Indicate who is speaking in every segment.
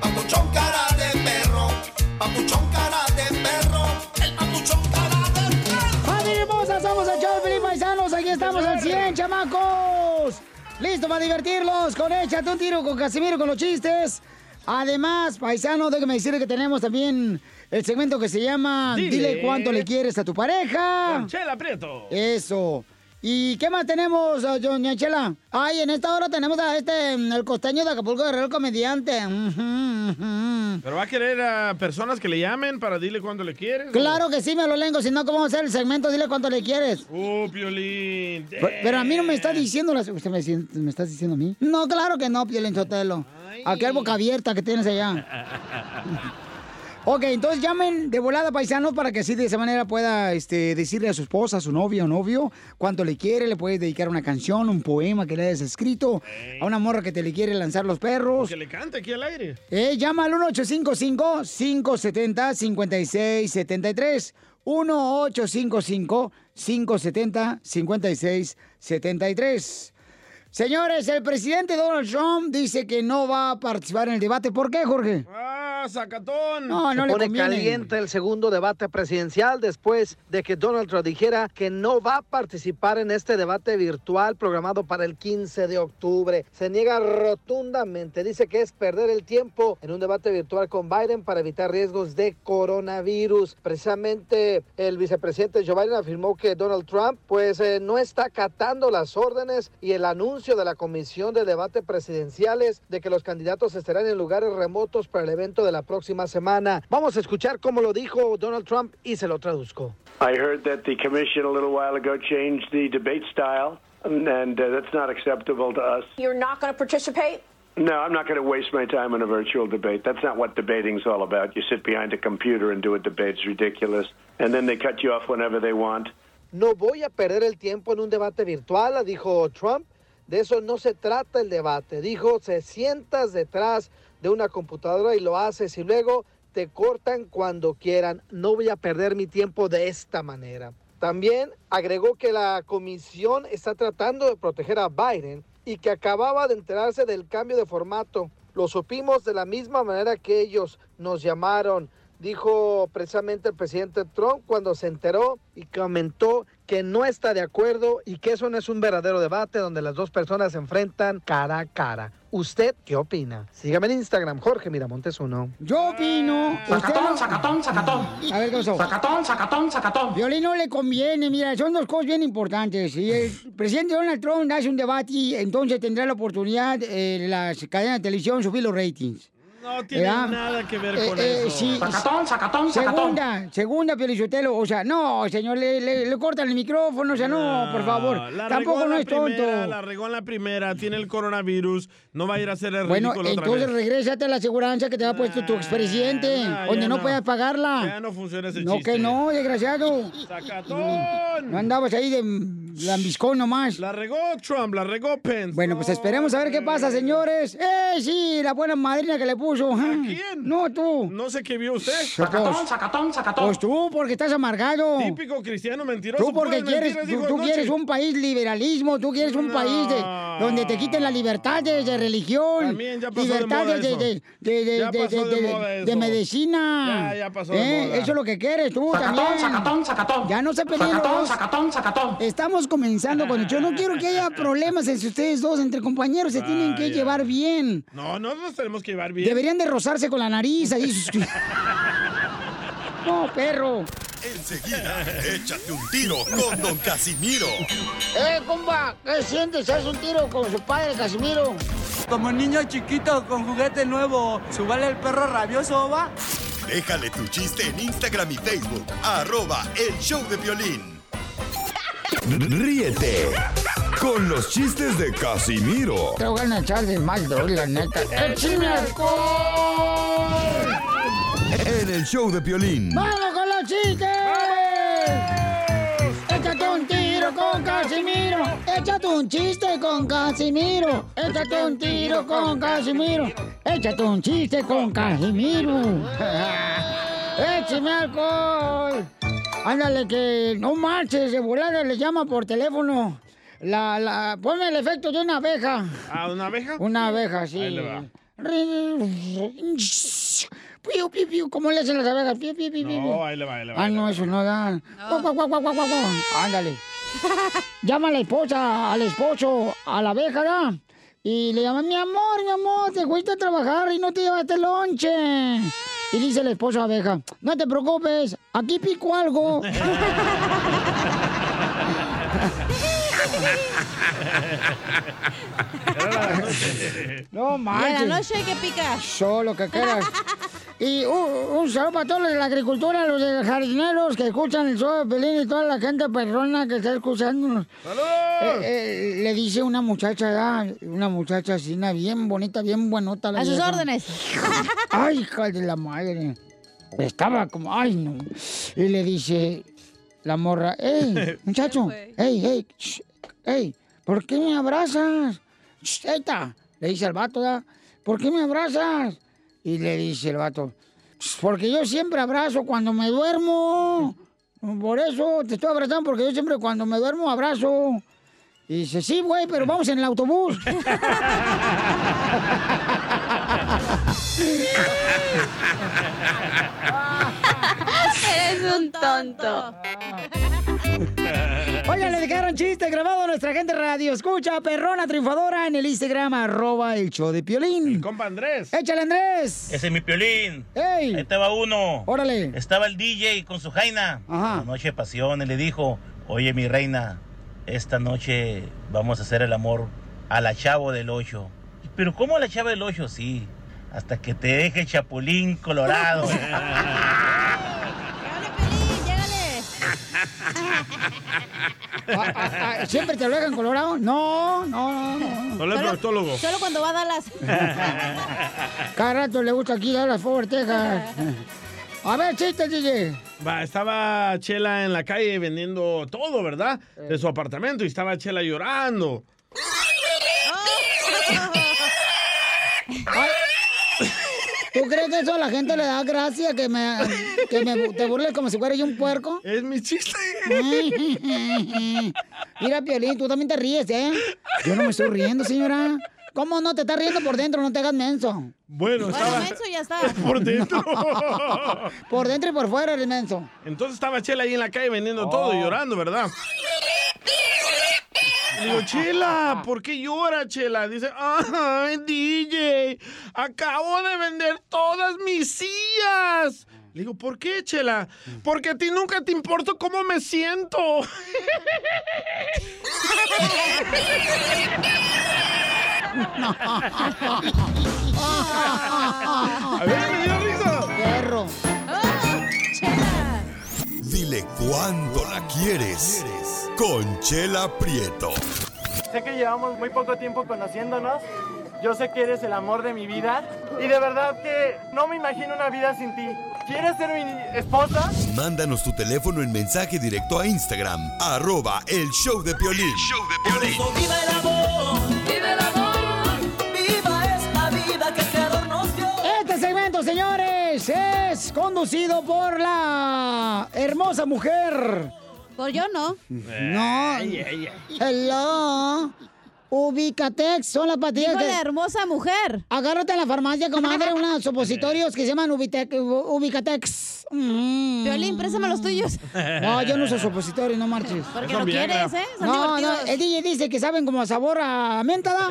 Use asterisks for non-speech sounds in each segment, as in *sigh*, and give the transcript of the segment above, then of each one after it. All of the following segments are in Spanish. Speaker 1: papuchón cara de perro, papuchón cara de perro, el papuchón cara de
Speaker 2: ¡Familia hermosa! Somos el show de Felipe Paisanos. Aquí estamos al 100, chamacos. Listo para divertirlos. Con échate un tiro con Casimiro con los chistes. Además, paisano, déjame decirle que tenemos también el segmento que se llama
Speaker 3: Dile.
Speaker 2: Dile, cuánto le quieres a tu pareja.
Speaker 3: Con Chela Prieto.
Speaker 2: Eso. ¿Y qué más tenemos, eh, doña Chela? Ay, en esta hora tenemos a este, mm, el costeño de Acapulco Guerrero, el comediante. Ujú, ujú.
Speaker 3: Pero va a querer a personas que le llamen para dile cuándo le quieres.
Speaker 2: Claro que sí, me lo lengo, si no, ¿cómo vamos a hacer el segmento? Dile cuánto le quieres.
Speaker 3: Oh, Piolín.
Speaker 2: Pero, pero a mí no me está diciendo las... ¿Usted me, dicien- me estás diciendo a mí? No, claro que no, Piolín Sotelo. Aquel boca abierta que tienes allá. Ok, entonces llamen de volada paisanos para que así de esa manera pueda este, decirle a su esposa, a su novia o novio cuánto le quiere, le puedes dedicar una canción, un poema que le hayas escrito, a una morra que te le quiere lanzar los
Speaker 3: O
Speaker 2: perros.
Speaker 3: Que le cante aquí al aire.
Speaker 2: Eh, llama al 1855-570-5673. 1-855-570-5673. Señores, el presidente Donald Trump dice que no va a participar en el debate. ¿Por qué, Jorge?
Speaker 3: ¡Ah, sacatón!
Speaker 2: No, no
Speaker 4: Se
Speaker 2: le
Speaker 4: pone
Speaker 2: conviene.
Speaker 4: caliente el segundo debate presidencial después de que Donald Trump dijera que no va a participar en este debate virtual programado para el 15 de octubre. Se niega rotundamente, dice que es perder el tiempo en un debate virtual con Biden para evitar riesgos de coronavirus. Precisamente el vicepresidente Joe Biden afirmó que Donald Trump pues eh, no está acatando las órdenes y el anuncio de la Comisión de Debate Presidenciales de que los candidatos estarán en lugares remotos para el evento de la próxima semana. Vamos a escuchar cómo lo dijo Donald Trump y se lo traduzco.
Speaker 5: I heard that the commission a little while ago changed the debate style, and and, uh, that's not acceptable to us.
Speaker 6: You're not going to participate?
Speaker 5: No, I'm not going to waste my time on a virtual debate. That's not what debating's all about. You sit behind a computer and do a debate. It's ridiculous. And then they cut you off whenever they want.
Speaker 4: No voy a perder el tiempo en un debate virtual, dijo Trump. De eso no se trata el debate. Dijo, se sientas detrás de una computadora y lo haces y luego te cortan cuando quieran. No voy a perder mi tiempo de esta manera. También agregó que la comisión está tratando de proteger a Biden y que acababa de enterarse del cambio de formato. Lo supimos de la misma manera que ellos nos llamaron dijo precisamente el presidente Trump cuando se enteró y comentó que no está de acuerdo y que eso no es un verdadero debate donde las dos personas se enfrentan cara a cara. ¿Usted qué opina? Sígame en Instagram, Jorge Miramontes uno.
Speaker 2: Yo opino.
Speaker 7: Ah.
Speaker 4: Sacatón,
Speaker 2: sacatón, sacatón. A ver, ¿qué pasó? Sacatón, sacatón, sacatón. Violín no le conviene, mira, son dos cosas bien importantes. Si *sighs* el presidente Donald Trump hace un debate, entonces tendrá la oportunidad eh, las cadenas de televisión subir los ratings.
Speaker 3: No tiene
Speaker 2: ¿Verdad?
Speaker 3: nada que ver
Speaker 2: Eh,
Speaker 3: con
Speaker 2: eh,
Speaker 3: eso.
Speaker 2: sí, Segunda, segunda, Pielichotelo. O sea, no, señor, le, le- le cortan el micrófono, o sea, no, por favor.
Speaker 3: Ah, La regó
Speaker 2: Tampoco
Speaker 3: en
Speaker 2: no
Speaker 3: la
Speaker 2: es tonto.
Speaker 3: primera, la regó en la primera, tiene el coronavirus, no va a ir a hacer el
Speaker 2: Bueno,
Speaker 3: ridículo otra
Speaker 2: entonces
Speaker 3: vez.
Speaker 2: regrésate a la aseguranza que te ha puesto tu expresidente,
Speaker 3: nah,
Speaker 2: donde
Speaker 3: ya
Speaker 2: no,
Speaker 3: no.
Speaker 2: puedas pagarla.
Speaker 3: Ya no funciona ese
Speaker 2: No,
Speaker 3: chiste.
Speaker 2: que no, desgraciado. No andabas ahí de lambiscón nomás.
Speaker 3: La regó Trump, la regó Pence.
Speaker 2: Bueno, pues esperemos a ver qué pasa, señores. ¡Eh, sí! La buena madrina que le puso. quién? No, tú.
Speaker 3: No sé qué vio usted.
Speaker 2: Sacatón,
Speaker 3: sacatón,
Speaker 2: Pues tú, porque estás amargado.
Speaker 3: Típico cristiano mentiroso.
Speaker 2: Tú porque
Speaker 3: puras
Speaker 2: quieres,
Speaker 3: mentiras
Speaker 2: tú,
Speaker 3: dijo
Speaker 2: tú
Speaker 3: anoche.
Speaker 2: quieres un país liberalismo, tú quieres un país de- donde te quiten las libertades de religión,
Speaker 3: También ya pasó de
Speaker 2: libertades
Speaker 3: moda eso.
Speaker 2: de, de- de-
Speaker 3: Ya
Speaker 2: de-
Speaker 3: pasó
Speaker 2: de-
Speaker 3: de
Speaker 2: de-
Speaker 3: moda eso.
Speaker 2: de medicina.
Speaker 3: Ya, ya pasó de
Speaker 2: ¿Eh?
Speaker 3: moda.
Speaker 2: Eso es lo que quieres tú
Speaker 3: Sacatón,
Speaker 2: también.
Speaker 3: sacatón, sacatón.
Speaker 2: Ya no se peleen los
Speaker 3: Sacatón,
Speaker 2: dos. Estamos comenzando con yo no quiero que haya problemas entre ustedes dos, entre compañeros, se tienen que
Speaker 3: Ay, ay.
Speaker 2: llevar bien.
Speaker 3: No, no nos tenemos que llevar bien.
Speaker 2: Deberían de rozarse con la nariz
Speaker 3: *laughs*
Speaker 2: ahí. sus- no, perro.
Speaker 8: Enseguida, échate un tiro con Don Casimiro.
Speaker 2: ¡Eh, compa! ¿Qué sientes? ¿Haz un tiro con su padre, Casimiro?
Speaker 7: Como niño chiquito con juguete nuevo, subale el perro rabioso, va.
Speaker 8: Déjale tu chiste en Instagram y Facebook, arroba el show de violín.
Speaker 9: Ríete con los chistes de Casimiro
Speaker 2: Te voy a echar de mal, la neta.
Speaker 9: ¡Échame
Speaker 2: alcohol!
Speaker 9: en en el show de Piolín.
Speaker 2: ¡Vamos con los chistes! Échate un tiro con Casimiro. Échate un chiste con Casimiro. Échate un tiro con Casimiro. Échate un chiste con Casimiro. *laughs* ¡Échame alcohol! Ándale, que no marches de volada, le llama por teléfono. La, la, ponme el efecto de una
Speaker 3: *laughs*
Speaker 2: abeja.
Speaker 3: ¿A una abeja?
Speaker 2: Una abeja, sí.
Speaker 3: Ahí le va.
Speaker 2: Piu, piu, piu. ¿Cómo le hacen las abejas? Piu, piu, piu, piu.
Speaker 3: No, ahí le va, ahí le va.
Speaker 2: Ah, no, eso no da. Guau, guau, guau, guau, guau, guau, guau. Ándale. Llama a la esposa, al esposo, a la abeja, ¿da? Y le llama, mi amor, mi amor, te fuiste a trabajar y no te llevaste lonche. Y dice el esposo a la abeja, no te preocupes, aquí pico algo. No
Speaker 6: Y
Speaker 2: manches.
Speaker 6: en la noche hay que picar.
Speaker 2: Yo lo que
Speaker 6: *laughs*
Speaker 2: quieras. Y un, un saludo para todos los de la agricultura, los de los jardineros que escuchan el show de Pelín y toda la gente perrona que está escuchando. Eh, le dice una muchacha, ah, una muchacha así, una bien bonita, bien buenota. La
Speaker 6: A sus
Speaker 2: vieja.
Speaker 6: órdenes.
Speaker 2: *laughs* Ay, hija de la madre. Estaba como, ay, no. Y le dice la morra, hey, muchacho, hey, hey, shh, hey, ¿por qué me abrazas? Shh, Eita, le dice al vato, ¿da? ¿por qué me abrazas? Y le dice el vato, "Pues, porque yo siempre abrazo cuando me duermo. Por eso te estoy abrazando, porque yo siempre cuando me duermo abrazo. Y dice, sí, güey, pero vamos en el autobús.
Speaker 6: Eres un tonto.
Speaker 2: Oigan, le dejaron chiste grabado a nuestra gente radio. Escucha, perrona triunfadora en el Instagram, arroba el show de Piolín.
Speaker 3: Compa Andrés.
Speaker 2: Échale, Andrés.
Speaker 10: Ese es mi piolín. Ahí
Speaker 2: ¡Ey!
Speaker 10: estaba uno.
Speaker 2: Órale.
Speaker 10: Estaba el DJ con su jaina.
Speaker 2: Ajá.
Speaker 10: Una noche de pasión y le dijo, oye mi reina, esta noche vamos a hacer el amor a la chavo del ocho. Pero ¿cómo a la chava del ocho? Sí, hasta que te deje chapulín
Speaker 2: *laughs*
Speaker 10: colorado.
Speaker 6: Llégale, Pelín, llégale.
Speaker 2: Ah, ah, ah, ¿Siempre te lo dejan colorado? No, no, no.
Speaker 3: Solo el
Speaker 6: Solo-
Speaker 3: proctólogo.
Speaker 6: Solo cuando va a dar las...
Speaker 2: *laughs* Cada rato le gusta aquí dar las Fort Texas. A ver, chiste, DJ.
Speaker 3: *laughs* Va, estaba Chela en la calle vendiendo todo, ¿verdad? De su apartamento y estaba Chela llorando. *laughs*
Speaker 2: Ay, ¿Tú crees que eso a la gente le da gracia que me, que me bu- te burles como si fuera yo un puerco?
Speaker 3: Es mi chiste.
Speaker 2: *laughs* Mira, Piolín, tú también te ríes, ¿eh? Yo no me estoy riendo, señora. ¿Cómo no? Te estás riendo por dentro, no te hagas menso.
Speaker 3: Bueno,
Speaker 6: Bueno,
Speaker 3: estaba
Speaker 6: eso ya está.
Speaker 3: por
Speaker 2: *laughs*
Speaker 3: dentro.
Speaker 2: Por dentro y por fuera eres menso.
Speaker 3: Entonces estaba Chela ahí en la calle vendiendo todo y llorando, ¿verdad? Le digo, Chela, ¿por qué llora, Chela? Dice, ay, DJ, acabo de vender todas mis sillas. Le digo, ¿por qué, Chela? Porque a ti nunca te importa cómo me siento. A ver, me dio risa.
Speaker 2: Perro.
Speaker 6: Oh, chela.
Speaker 8: Dile cuándo la quieres. Conchela Prieto.
Speaker 11: Sé que llevamos muy poco tiempo conociéndonos. Yo sé que eres el amor de mi vida. Y de verdad que no me imagino una vida sin ti. ¿Quieres ser mi esposa?
Speaker 8: Mándanos tu teléfono en mensaje directo a Instagram, arroba el show de Piolín.
Speaker 1: ¡Viva el amor! ¡Viva el amor! ¡Viva esta vida que Creador nos dio!
Speaker 2: Este segmento, señores, es conducido por la hermosa mujer.
Speaker 6: Por yo no.
Speaker 2: No. Hello. Ubicatex, son las pastillas
Speaker 6: Dijo
Speaker 2: que...
Speaker 6: la hermosa mujer.
Speaker 2: Agárrate en la
Speaker 6: *laughs*
Speaker 2: farmacia, comadre, unos supositorios que se llaman Ubitec- U- Ubicatex. Mm.
Speaker 6: Violín, préstame los tuyos.
Speaker 2: No, yo no uso supositorios, no marches.
Speaker 6: Porque
Speaker 3: Son
Speaker 6: no
Speaker 3: Viagra.
Speaker 6: quieres, ¿eh? Son
Speaker 2: No, no,
Speaker 6: divertidos.
Speaker 2: el DJ dice que saben como a sabor a
Speaker 6: *laughs*
Speaker 2: menta, ¿da?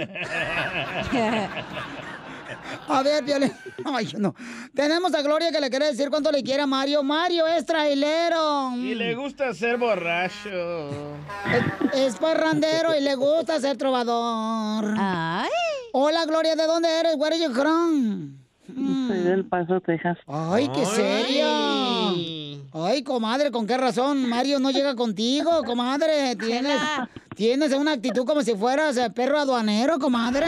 Speaker 2: A ver, Piolín. Ay, no. Tenemos a Gloria que le quiere decir cuánto le quiere a Mario. Mario es trailero.
Speaker 3: Y le gusta ser borracho.
Speaker 2: Es parrandero y le gusta ser trovador.
Speaker 6: Ay.
Speaker 2: Hola, Gloria, ¿de dónde eres? Where are you from?
Speaker 12: Soy del Paso, Texas.
Speaker 2: Ay, qué seria. Ay, comadre, ¿con qué razón? Mario no llega contigo, comadre. Tienes,
Speaker 6: Chela.
Speaker 2: tienes una actitud como si fueras eh, perro aduanero, comadre.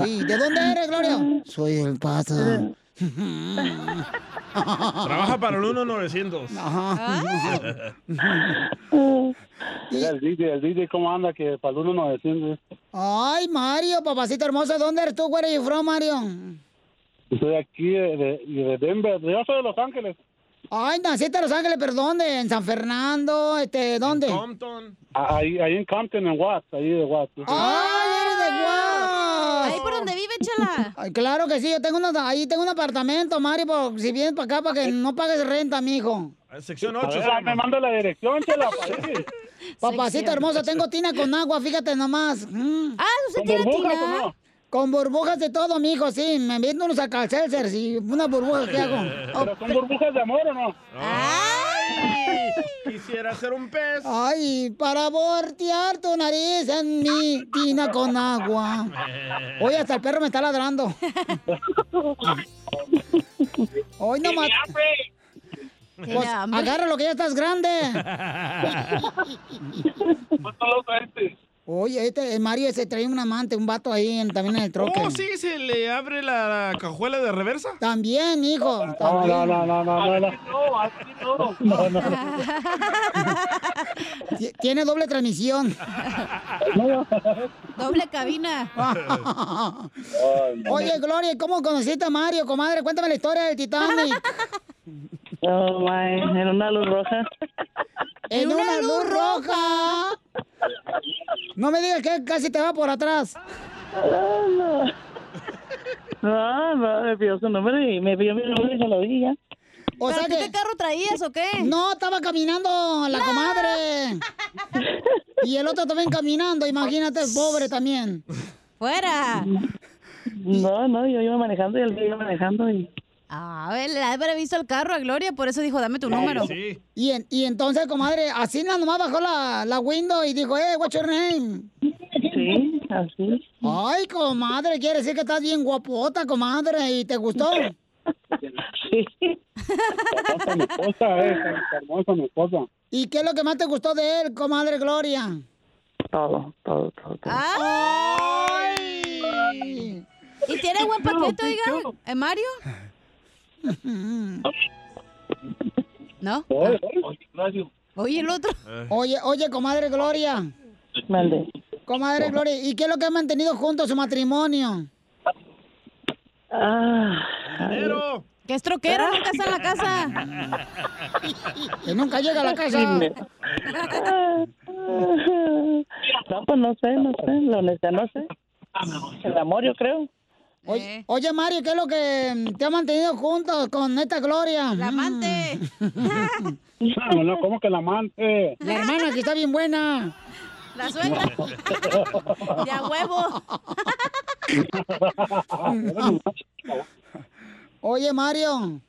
Speaker 2: Ay, ¿de dónde eres, Gloria? Soy del Paso.
Speaker 3: Trabaja para el 1900.
Speaker 2: Ajá.
Speaker 13: Mira el DJ, el DJ, ¿cómo anda? Que para el 1900.
Speaker 2: Ay, Mario, papacito hermoso, ¿dónde eres tú? ¿Where are you from, Mario?
Speaker 13: Estoy aquí de, de, de Denver. Yo soy de Los Ángeles.
Speaker 2: Ay, naciste en Los Ángeles, pero ¿dónde? ¿En San Fernando? Este, ¿Dónde?
Speaker 13: Ah, Ahí, ahí en Compton, en Watts, ahí de Watts.
Speaker 1: Ah.
Speaker 2: ¡Ay, eres de Guas! Ahí por donde vive, *laughs* chala. claro que sí, yo tengo unos, ahí tengo un apartamento, Mario, por- si vienes para acá para que no pagues renta, mijo.
Speaker 3: Sección
Speaker 13: A
Speaker 3: 8.
Speaker 13: ver, me manda la dirección, chela. parece.
Speaker 2: Papacito
Speaker 13: Sección.
Speaker 2: hermoso, tengo tina con agua, fíjate nomás. Ah,
Speaker 13: ¿usted ¿Con tiene burbujas tina? o no?
Speaker 2: Con burbujas de todo, mijo, sí. Me viendo unos alcalcelsers y una burbuja, ¿qué hago?
Speaker 13: *laughs* ¿Pero son burbujas de amor o no?
Speaker 3: Ay, quisiera ser un pez.
Speaker 2: Ay, para voltear tu nariz en mi tina con agua.
Speaker 13: *laughs*
Speaker 2: Oye, hasta el perro me está ladrando. Hoy no más.
Speaker 1: Tiene
Speaker 2: Pues,
Speaker 1: hambre.
Speaker 2: agárralo que ya estás grande. Oye, este, el Mario se trae un amante, un vato ahí en- también en el troque.
Speaker 3: ¿Oh, sí? ¿Se le abre la cajuela de reversa?
Speaker 2: También, hijo.
Speaker 13: No,
Speaker 2: también.
Speaker 13: no, no, no, no, no.
Speaker 2: *laughs*
Speaker 13: no. No, no.
Speaker 2: Ti- Tiene doble transmisión.
Speaker 6: Doble cabina.
Speaker 2: *laughs* Oye, Gloria, ¿y ¿cómo conociste a Mario, comadre? Cuéntame la historia del Titanic.
Speaker 12: Oh, my. En una luz roja.
Speaker 2: en una luz roja. No me digas que casi te va por atrás.
Speaker 12: No, no, me pidió su número y me pidió mi número y se lo di ya.
Speaker 2: O sea que... qué carro traías o qué? No, estaba caminando la
Speaker 6: *laughs*
Speaker 2: comadre. y el otro también caminando, imagínate, pobre también. Fuera.
Speaker 12: No, no, yo iba manejando y él iba manejando y...
Speaker 6: A ver, le ha de haber visto el carro a Gloria, por eso dijo, dame tu número.
Speaker 2: Y, en- y entonces, comadre, así nada nomás bajó la, la window y dijo, eh, what's your name?
Speaker 12: Sí, así.
Speaker 2: Ay, comadre, quiere decir que estás bien guapota, comadre, y te gustó.
Speaker 12: Sí.
Speaker 13: Hermosa mi esposa, eh. Hermosa mi esposa.
Speaker 2: ¿Y qué es lo que más te gustó de él, comadre Gloria?
Speaker 12: Todo, todo, todo. todo.
Speaker 2: ¡Ay!
Speaker 6: ¿Y tiene buen paquete, oiga? ¿Eh, Mario?
Speaker 2: ¿No? Ah.
Speaker 6: Oye, el otro.
Speaker 2: Oye, oye, comadre Gloria.
Speaker 12: Mande.
Speaker 2: Comadre Gloria, ¿y qué es lo que ha mantenido junto su matrimonio?
Speaker 12: Ah.
Speaker 3: Dinero.
Speaker 2: Que es troquero, nunca está en la
Speaker 6: casa.
Speaker 2: Que nunca llega a la casa.
Speaker 12: No, pues no sé, no sé. La honestidad no sé. El amor, yo creo.
Speaker 2: Oye,
Speaker 6: Eh.
Speaker 2: oye, Mario, ¿qué es lo que mm, te ha mantenido juntos con esta Gloria? Mm. La amante.
Speaker 13: No, no, ¿cómo que la amante?
Speaker 2: *laughs* La hermana que está bien buena.
Speaker 6: La suegra. De a huevo.
Speaker 2: Oye, Mario,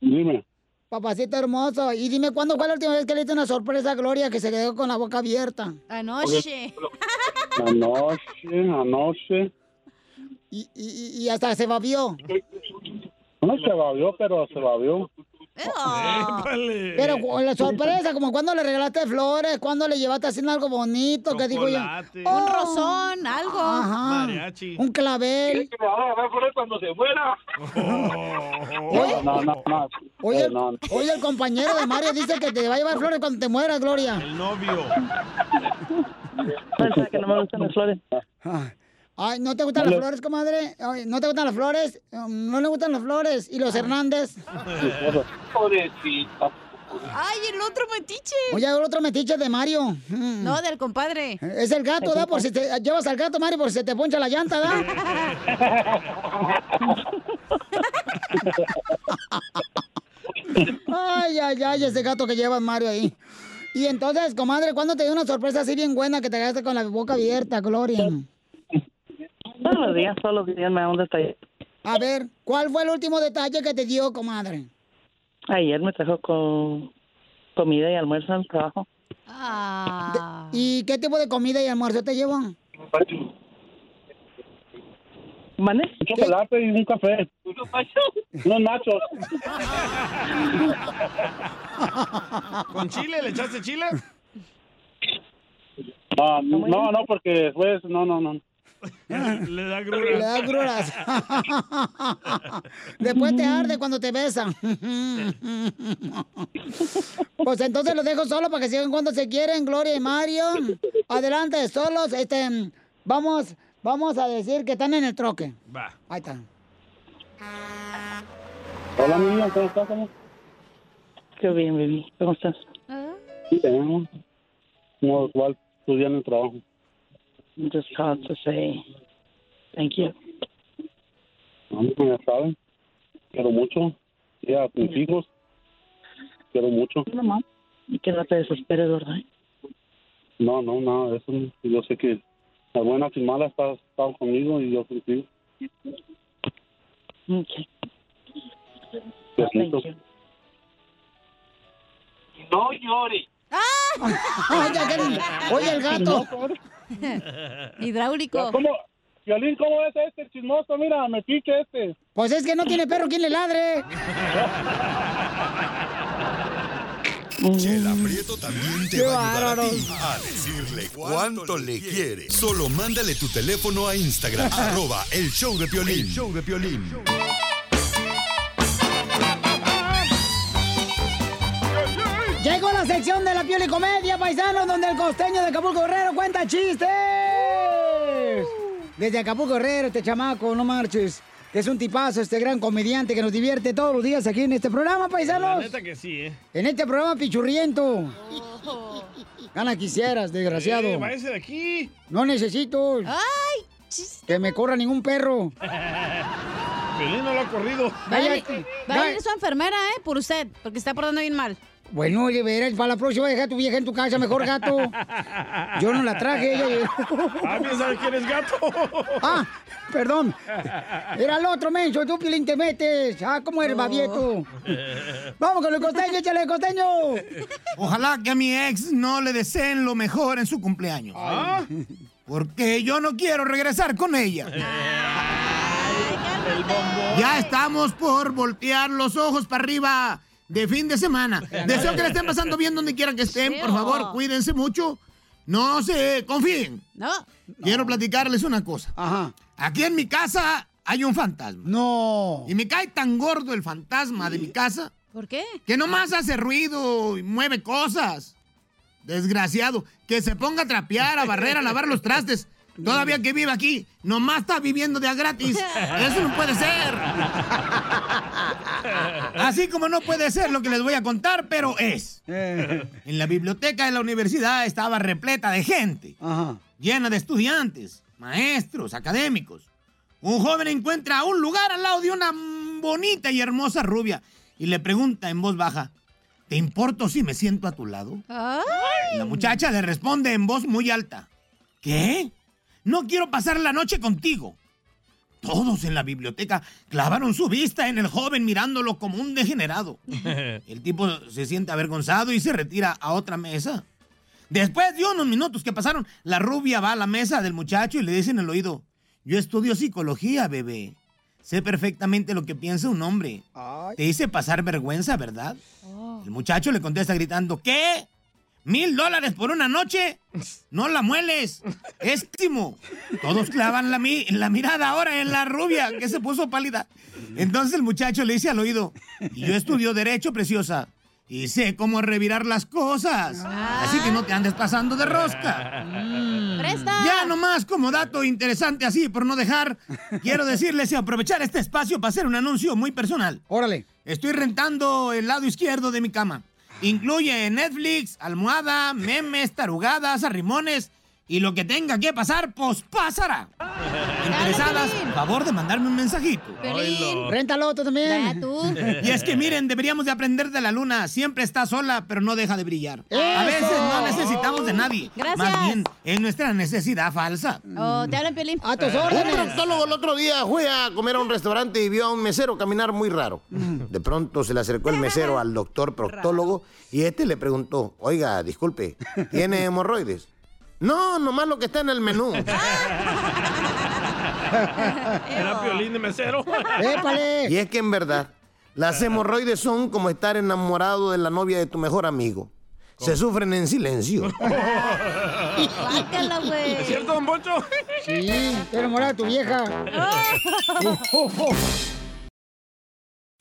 Speaker 13: Dime.
Speaker 2: papacito hermoso, y dime cuándo fue la última vez que le diste una sorpresa a Gloria que se quedó con la boca abierta.
Speaker 6: Ah, Anoche.
Speaker 13: *laughs* Anoche, anoche.
Speaker 2: Y, y- y hasta se babió.
Speaker 13: No se babió, pero se babió.
Speaker 12: Eh,
Speaker 13: Eh.
Speaker 2: Pero con la sorpresa, como cuando le regalaste flores, cuando le llevaste haciendo algo bonito, que digo yo.
Speaker 6: Chocolate. Un rosón, algo.
Speaker 2: Ajá.
Speaker 6: Mariachi.
Speaker 2: *laughs* Un clavel.
Speaker 13: me va a agarrar por él cuando se *laughs* muera.
Speaker 12: ¿Eh?
Speaker 13: No, no, no. no.
Speaker 2: Oye,
Speaker 13: Eh, no, no.
Speaker 2: oye, el compañero de Mario dice que te va a llevar flores cuando te mueras, Gloria.
Speaker 3: El novio.
Speaker 12: Falta que no me gustan las flores.
Speaker 2: Ah. Ay, ¿no te gustan
Speaker 12: Hola.
Speaker 2: las flores, comadre? Ay, ¿No te gustan las flores? Um, ¿No le gustan las flores? ¿Y
Speaker 13: Ah.
Speaker 2: los Hernández?
Speaker 13: Pobrecito.
Speaker 6: Ay, el otro metiche.
Speaker 2: Oye, el otro metiche de Mario. Mm.
Speaker 6: No, del compadre.
Speaker 2: Es el gato, ¿da? Por si te llevas al gato, Mario, por si se te poncha la llanta,
Speaker 6: *laughs*
Speaker 2: ¿da? ay, ay, ay, ese gato que lleva Mario ahí. Y entonces, comadre, ¿cuándo te dio una sorpresa así bien buena que te quedaste con la boca abierta, Gloria?
Speaker 12: Todos los días, todos los días me da un detalle.
Speaker 2: A ver, ¿cuál fue el último detalle que te dio, comadre?
Speaker 12: Ayer me trajo con comida y almuerzo al trabajo.
Speaker 2: ¿Y qué tipo de comida y almuerzo te llevó?
Speaker 12: ¿Manes?
Speaker 13: Un chocolate y un café. Unos nachos.
Speaker 12: *laughs*
Speaker 3: ¿Con chile? ¿Le echaste
Speaker 2: *laughs*
Speaker 3: chile?
Speaker 13: Ah, no, no, porque después, no, no, no.
Speaker 3: Le da gruras.
Speaker 2: Le da gruras. *laughs* Después te arde cuando te besan. *laughs* Pues entonces los dejo solos para que sigan cuando se quieren, Gloria y Mario. Adelante, solos. Este, vamos, vamos a decir que están en el troque.
Speaker 3: Va.
Speaker 2: Ahí están.
Speaker 12: Hola, mi niña, ¿cómo estás, amor? Qué bien, baby. ¿Cómo estás? Sí, bien, amor.
Speaker 13: No, igual tu día en el trabajo.
Speaker 12: I'm just called to say thank you.
Speaker 13: A mí ya saben. Quiero mucho. Y a mis hijos. Quiero mucho.
Speaker 12: Nomás. Y que no te desesperes, ¿verdad?
Speaker 13: No, no, nada de eso. no. Yo sé que las buenas y malas has estado conmigo y yo contigo.
Speaker 12: Okay.
Speaker 13: Besito.
Speaker 12: No llores.
Speaker 2: Oye, aquel- Ah. oye, el gato.
Speaker 6: Hidráulico.
Speaker 13: ¿Cómo? Violín, ¿cómo es este chismoso? Mira, me pique este.
Speaker 2: Pues es que no tiene perro quien le ladre.
Speaker 8: Chela Prieto también te
Speaker 2: Qué
Speaker 8: va a ayudar a ti
Speaker 2: bárbaro.
Speaker 8: a decirle cuánto le quiere. Solo mándale tu teléfono a Instagram,
Speaker 2: *laughs*
Speaker 8: arroba el show de Piolín. show de Piolín.
Speaker 2: Llegó la sección de la piel y comedia, paisanos, donde el costeño de Acapulco Herrero cuenta chistes. Desde Acapulco Herrero, este chamaco, no marches. que Es un tipazo, este gran comediante que nos divierte todos los días aquí en este programa,
Speaker 3: La
Speaker 2: paisanos.
Speaker 3: neta que sí, ¿eh?
Speaker 2: En este programa pichurriento. Gana quisieras, desgraciado.
Speaker 3: Eh, váyase de aquí.
Speaker 2: No necesito.
Speaker 6: ¡Ay!
Speaker 2: Que me corra ningún
Speaker 3: *laughs*
Speaker 2: perro.
Speaker 3: Pelín no lo ha corrido. este.
Speaker 6: Vaya,
Speaker 2: Cállate.
Speaker 6: va a
Speaker 2: Cállate.
Speaker 6: venir su enfermera, ¿eh? Por usted, porque está portando bien mal.
Speaker 2: Bueno, oye, verás, para la próxima deja a tu vieja en tu casa, mejor gato. Yo no la traje, ella llegó.
Speaker 3: *laughs* Ah, piensa que eres gato.
Speaker 2: *laughs* Ah, perdón. Era el otro menso, tú Pilín te metes. Ah, como
Speaker 3: *laughs*
Speaker 2: el babieto. Vamos con el costeño, échale costeño.
Speaker 14: *laughs* Ojalá que a mi ex no le deseen lo mejor en su cumpleaños.
Speaker 3: Ah.
Speaker 14: Porque yo no quiero regresar con ella. Ya estamos por voltear los ojos para arriba de fin de
Speaker 6: *laughs*
Speaker 14: semana. Deseo que le estén pasando bien donde quiera que estén. Por favor, cuídense mucho. No se confíen.
Speaker 6: No.
Speaker 14: Quiero platicarles una cosa. Aquí en mi casa hay un fantasma.
Speaker 2: No.
Speaker 14: Y me cae tan gordo el fantasma de mi casa.
Speaker 6: ¿Por qué?
Speaker 14: Que nomás hace ruido y mueve cosas. Desgraciado. Que se ponga a trapear, a barrer, a lavar los trastes. Todavía que vive aquí, nomás está viviendo de a gratis. Eso no puede ser. Así como no puede ser lo que les voy a contar, pero es.
Speaker 1: Eh.
Speaker 14: En la biblioteca de la universidad estaba repleta de gente. Llena de estudiantes, maestros, académicos. Un joven encuentra un lugar al lado de una bonita y hermosa rubia y le pregunta en voz baja, ¿te importo si me siento a tu lado? Y La muchacha le responde en voz muy alta. ¿Qué? No quiero pasar la noche contigo. Todos en la biblioteca clavaron su vista en el joven mirándolo como un degenerado. El tipo se siente avergonzado y se retira a otra mesa. Después de unos minutos que pasaron, la rubia va a la mesa del muchacho y le dice en el oído, yo estudio psicología, bebé. Sé perfectamente lo que piensa un hombre. Te hice pasar vergüenza, ¿verdad? El muchacho le contesta gritando, ¿qué? ¿Mil dólares por una noche? No la mueles. Es timo. Todos clavan la, mi- la mirada ahora en la rubia que se puso pálida. Entonces el muchacho le dice al oído, y yo estudio derecho, preciosa. Y sé cómo revirar las cosas. Así que no te andes pasando de rosca. Mm.
Speaker 2: Mm.
Speaker 14: Ya nomás como dato interesante así, por no
Speaker 2: *laughs*
Speaker 14: dejar, quiero decirles y aprovechar este espacio para hacer un anuncio muy personal.
Speaker 2: Órale.
Speaker 14: Estoy rentando el lado izquierdo de mi cama. Incluye Netflix, almohada, memes, tarugadas, arrimones y lo que tenga que pasar, pues
Speaker 2: *laughs*
Speaker 14: pasará. Interesadas, favor de mandarme un mensajito.
Speaker 2: Piolín. Réntalo tú también. Ya, tú.
Speaker 14: Y es que miren, deberíamos de aprender de la luna. Siempre está sola, pero no deja de brillar. A veces no necesitamos de nadie.
Speaker 6: Gracias.
Speaker 14: Más bien, es nuestra necesidad falsa.
Speaker 3: Mm.
Speaker 6: Oh, te hablan, Piolín.
Speaker 2: A
Speaker 15: Un proctólogo el otro día fue a comer a un restaurante y vio a un mesero caminar muy raro. De pronto se le acercó el mesero al doctor proctólogo y este le preguntó, oiga, disculpe, ¿tiene hemorroides? No, nomás lo que está en el menú.
Speaker 3: *laughs* Era piolín de
Speaker 2: *laughs*
Speaker 3: mesero.
Speaker 15: Y es que en verdad, las hemorroides son como estar enamorado de la novia de tu mejor amigo. Se sufren en silencio.
Speaker 6: Guácala, güey.
Speaker 3: ¿Es cierto, don Poncho?
Speaker 2: Sí, estoy enamorada de tu vieja. Oh.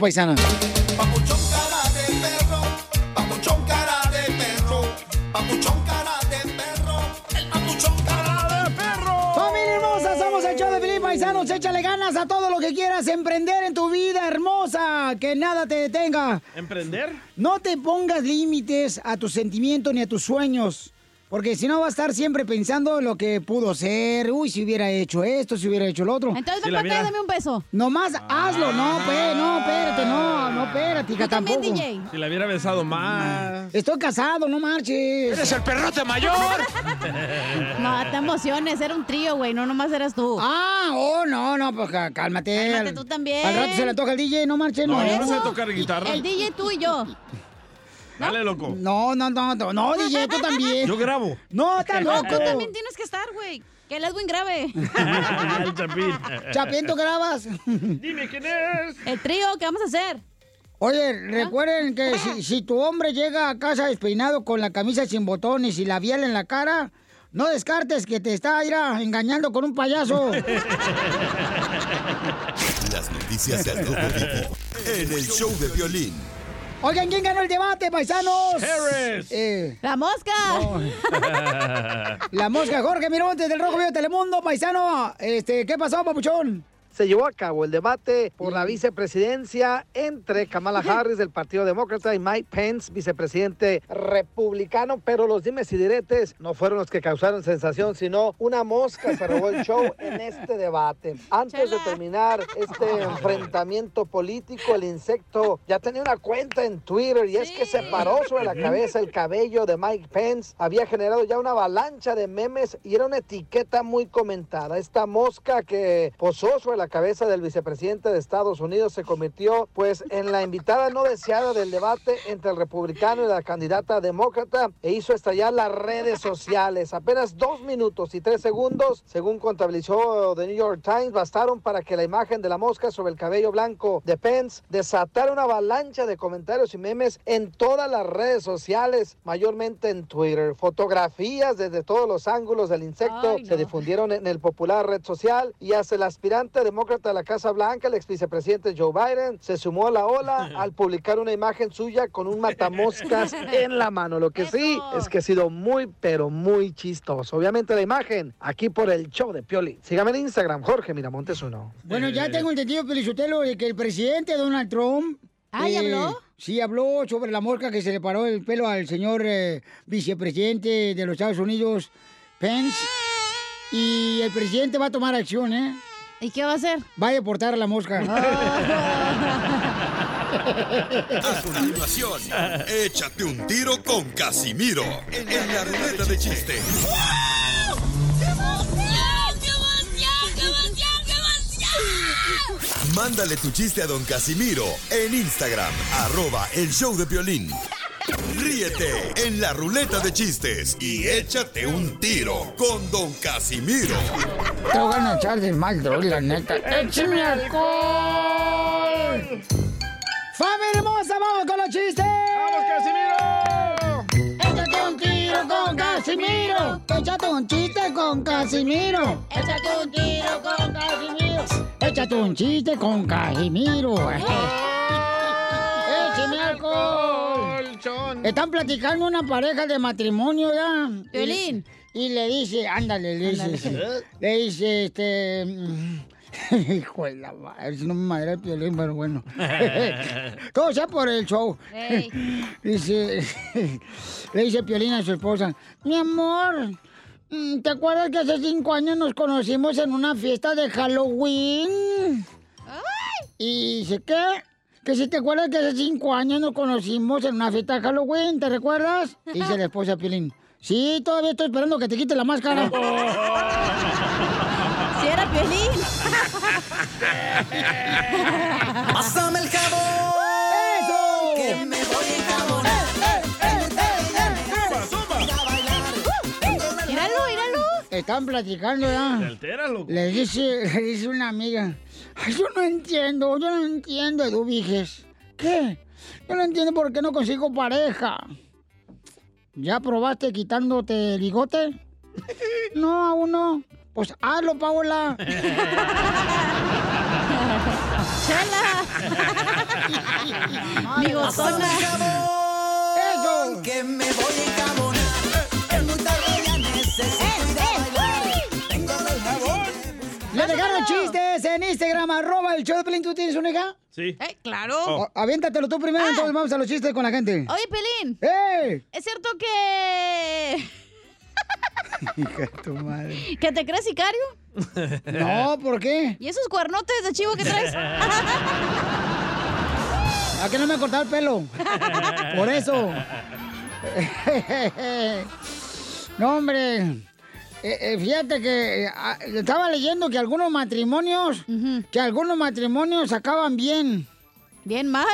Speaker 2: paisana.
Speaker 1: Papuchón cara de perro, papuchón cara de perro, el papuchón cara de perro.
Speaker 2: Familia hermosa, somos el show de Felipe Paisanos. Échale ganas a todo lo que quieras emprender en tu vida hermosa. Que nada te detenga.
Speaker 3: ¿Emprender?
Speaker 2: No te pongas límites a tus sentimientos ni a tus sueños. Porque si no, vas a estar siempre pensando en lo que pudo ser. Uy, si hubiera hecho esto, si hubiera hecho lo otro.
Speaker 6: Entonces, Sí, la papá, mira. dame
Speaker 2: un beso. Nomás hazlo. No,
Speaker 3: Ah.
Speaker 2: pe, no, espérate, no, no, espérate, hija, tampoco.
Speaker 3: Si la hubiera besado más.
Speaker 2: Estoy casado, no marches.
Speaker 3: ¡Eres el perrote *laughs* mayor!
Speaker 6: No, te emociones, era un trío, güey, no nomás eras tú.
Speaker 2: Ah, oh, no, no, pues ca- cálmate.
Speaker 6: Cálmate tú también.
Speaker 2: Al rato se le toca al DJ, no marchen.
Speaker 3: No, yo no sé tocar guitarra.
Speaker 6: El DJ tú y yo.
Speaker 3: Dale, loco.
Speaker 2: No, no, no, no, no, DJ, tú también.
Speaker 3: Yo grabo.
Speaker 2: No, está
Speaker 3: *laughs*
Speaker 6: No, tú
Speaker 2: loco.
Speaker 6: también tienes que estar, güey. Que el Edwin grave. *laughs*
Speaker 3: Ah, el chapín.
Speaker 2: *laughs* Chapín, ¿tú grabas? *laughs*
Speaker 3: Dime quién es.
Speaker 6: El trío, ¿qué vamos a hacer? ¿Ah?
Speaker 2: Oye, recuerden
Speaker 6: *laughs*
Speaker 2: que si, si tu hombre llega a casa despeinado con la camisa sin botones y la biel en la cara, no descartes que te está irá, engañando con
Speaker 6: *laughs*
Speaker 2: un payaso.
Speaker 8: Las noticias de al rojo vivo en el show de violín. *laughs*
Speaker 2: Oigan, ¿quién ganó el debate, paisanos?
Speaker 8: Harris.
Speaker 2: la mosca. La mosca, Jorge Mirontes del Rojo Vivo de Telemundo, paisano. Este, ¿qué pasó, papuchón?
Speaker 4: Se llevó a cabo el debate por la vicepresidencia entre Kamala Harris del Partido Demócrata y Mike Pence, vicepresidente republicano, pero los dimes y diretes no fueron los que causaron sensación, sino una mosca se robó el show en
Speaker 2: *laughs*
Speaker 4: este debate. Antes de terminar este enfrentamiento político, el insecto ya tenía una cuenta en Twitter y es que se paró sobre la cabeza el cabello de Mike Pence. Había generado ya una avalancha de memes y era una etiqueta muy comentada. Esta mosca que posó sobre la cabeza del vicepresidente de Estados Unidos se convirtió pues en la invitada no deseada del debate entre el republicano y la candidata demócrata e hizo estallar las redes sociales. Apenas dos minutos y tres segundos, según contabilizó The New York Times, bastaron para que la imagen de la mosca sobre el cabello blanco de Pence desatara una avalancha de comentarios y memes en todas las redes sociales, mayormente en Twitter. Fotografías desde todos los ángulos del insecto
Speaker 16: Ay,
Speaker 4: se difundieron en el popular red social y hasta el aspirante demócrata de la Casa Blanca, el ex vicepresidente Joe Biden, se sumó a la ola al publicar una imagen suya con un matamoscas en la mano. Lo que sí es que ha sido muy, pero muy chistoso. Obviamente la imagen aquí por el show de Pioli. Sígame en Instagram, Jorge Miramontes uno.
Speaker 2: Bueno, ya tengo entendido, Pelizotelo, de que el presidente Donald Trump. eh,
Speaker 4: Ah, ¿ya habló?
Speaker 2: Sí, habló sobre la mosca que se le paró el pelo al señor eh, vicepresidente de los Estados Unidos, Pence. Y el presidente va a tomar acción, ¿eh? ¿Y qué va a hacer? Va a deportar a la mosca. *laughs*
Speaker 8: A continuación, échate un tiro con Casimiro en la ruleta de chiste. Mándale tu chiste a don Casimiro en Instagram, arroba el show de violín. Ríete en la ruleta de chistes y échate un tiro con don Casimiro.
Speaker 2: Te van a echar de mal, droga, la neta. ¡Échame alcohol! ¡Familia hermosa, vamos con los chistes! ¡Vamos, Casimiro! ¡Échate un tiro con Casimiro! ¡Échate un chiste con Casimiro! ¡Échate un tiro con Casimiro! ¡Échate un chiste con Casimiro! Eh,
Speaker 1: *laughs*
Speaker 3: *laughs*
Speaker 2: ¡Échame Este- alcohol! Están platicando una pareja de matrimonio ya.
Speaker 6: Piolín.
Speaker 2: Y le dice, ándale, le dice, le dice, este... *laughs* Hijo de la madre, si no me madre el piolín, pero bueno. *laughs* Todo sea por el show.
Speaker 1: Ey.
Speaker 2: *laughs* dice, *laughs* le dice Piolín a su esposa, mi amor, mm, ¿te acuerdas que hace cinco años nos conocimos en una fiesta de Halloween? Y dice, ¿qué? Que si te acuerdas que hace cinco años nos conocimos en una fiesta de Halloween, ¿te recuerdas? Y dice la esposa a Piolín, sí, todavía estoy esperando que te quite la máscara.
Speaker 1: Si
Speaker 2: era
Speaker 6: *laughs*
Speaker 2: Piolín.
Speaker 1: Pásame el jabón.
Speaker 2: ¡Eso!
Speaker 1: Que me voy a jabonar. eh,
Speaker 2: ¡Míralo, míralo! Están platicando ya.
Speaker 1: Te alteras, loco.
Speaker 2: Le dice, le dice una amiga. Ay, yo no entiendo, yo no entiendo, Edu Viges. ¿Qué? Yo no entiendo por qué no consigo pareja. ¿Ya probaste quitándote el bigote? No, aún no. Pues hazlo, Paola.
Speaker 1: *laughs* ¡Chela!
Speaker 2: Digo,
Speaker 1: ¡Pásame el jabón! Que me voy a jabonar. Es muy tarde, ya
Speaker 2: ¡Eh,
Speaker 1: necesito ir a bailar. Tengo el *laughs* jabón.
Speaker 2: Le dejaron chistes en Instagram, arroba el show de Pelín. ¿Tú tienes una hija?
Speaker 6: Sí. Eh, claro.
Speaker 3: Oh.
Speaker 2: O- aviéntatelo tú primero, entonces vamos a los chistes con la gente.
Speaker 6: Oye, Pelín. *laughs*
Speaker 2: ¡Eh!
Speaker 6: Es cierto que.
Speaker 2: Hija de tu madre.
Speaker 6: ¿Que te crees sicario?
Speaker 2: *laughs* No, ¿por qué?
Speaker 6: ¿Y esos cuernotes de chivo que
Speaker 2: *laughs*
Speaker 6: traes?
Speaker 2: ¿A qué no me ha cortado el pelo? Por eso. No, hombre. Eh, eh, fíjate que eh, ah, estaba leyendo que algunos matrimonios, que algunos matrimonios acaban bien.
Speaker 6: Bien mal.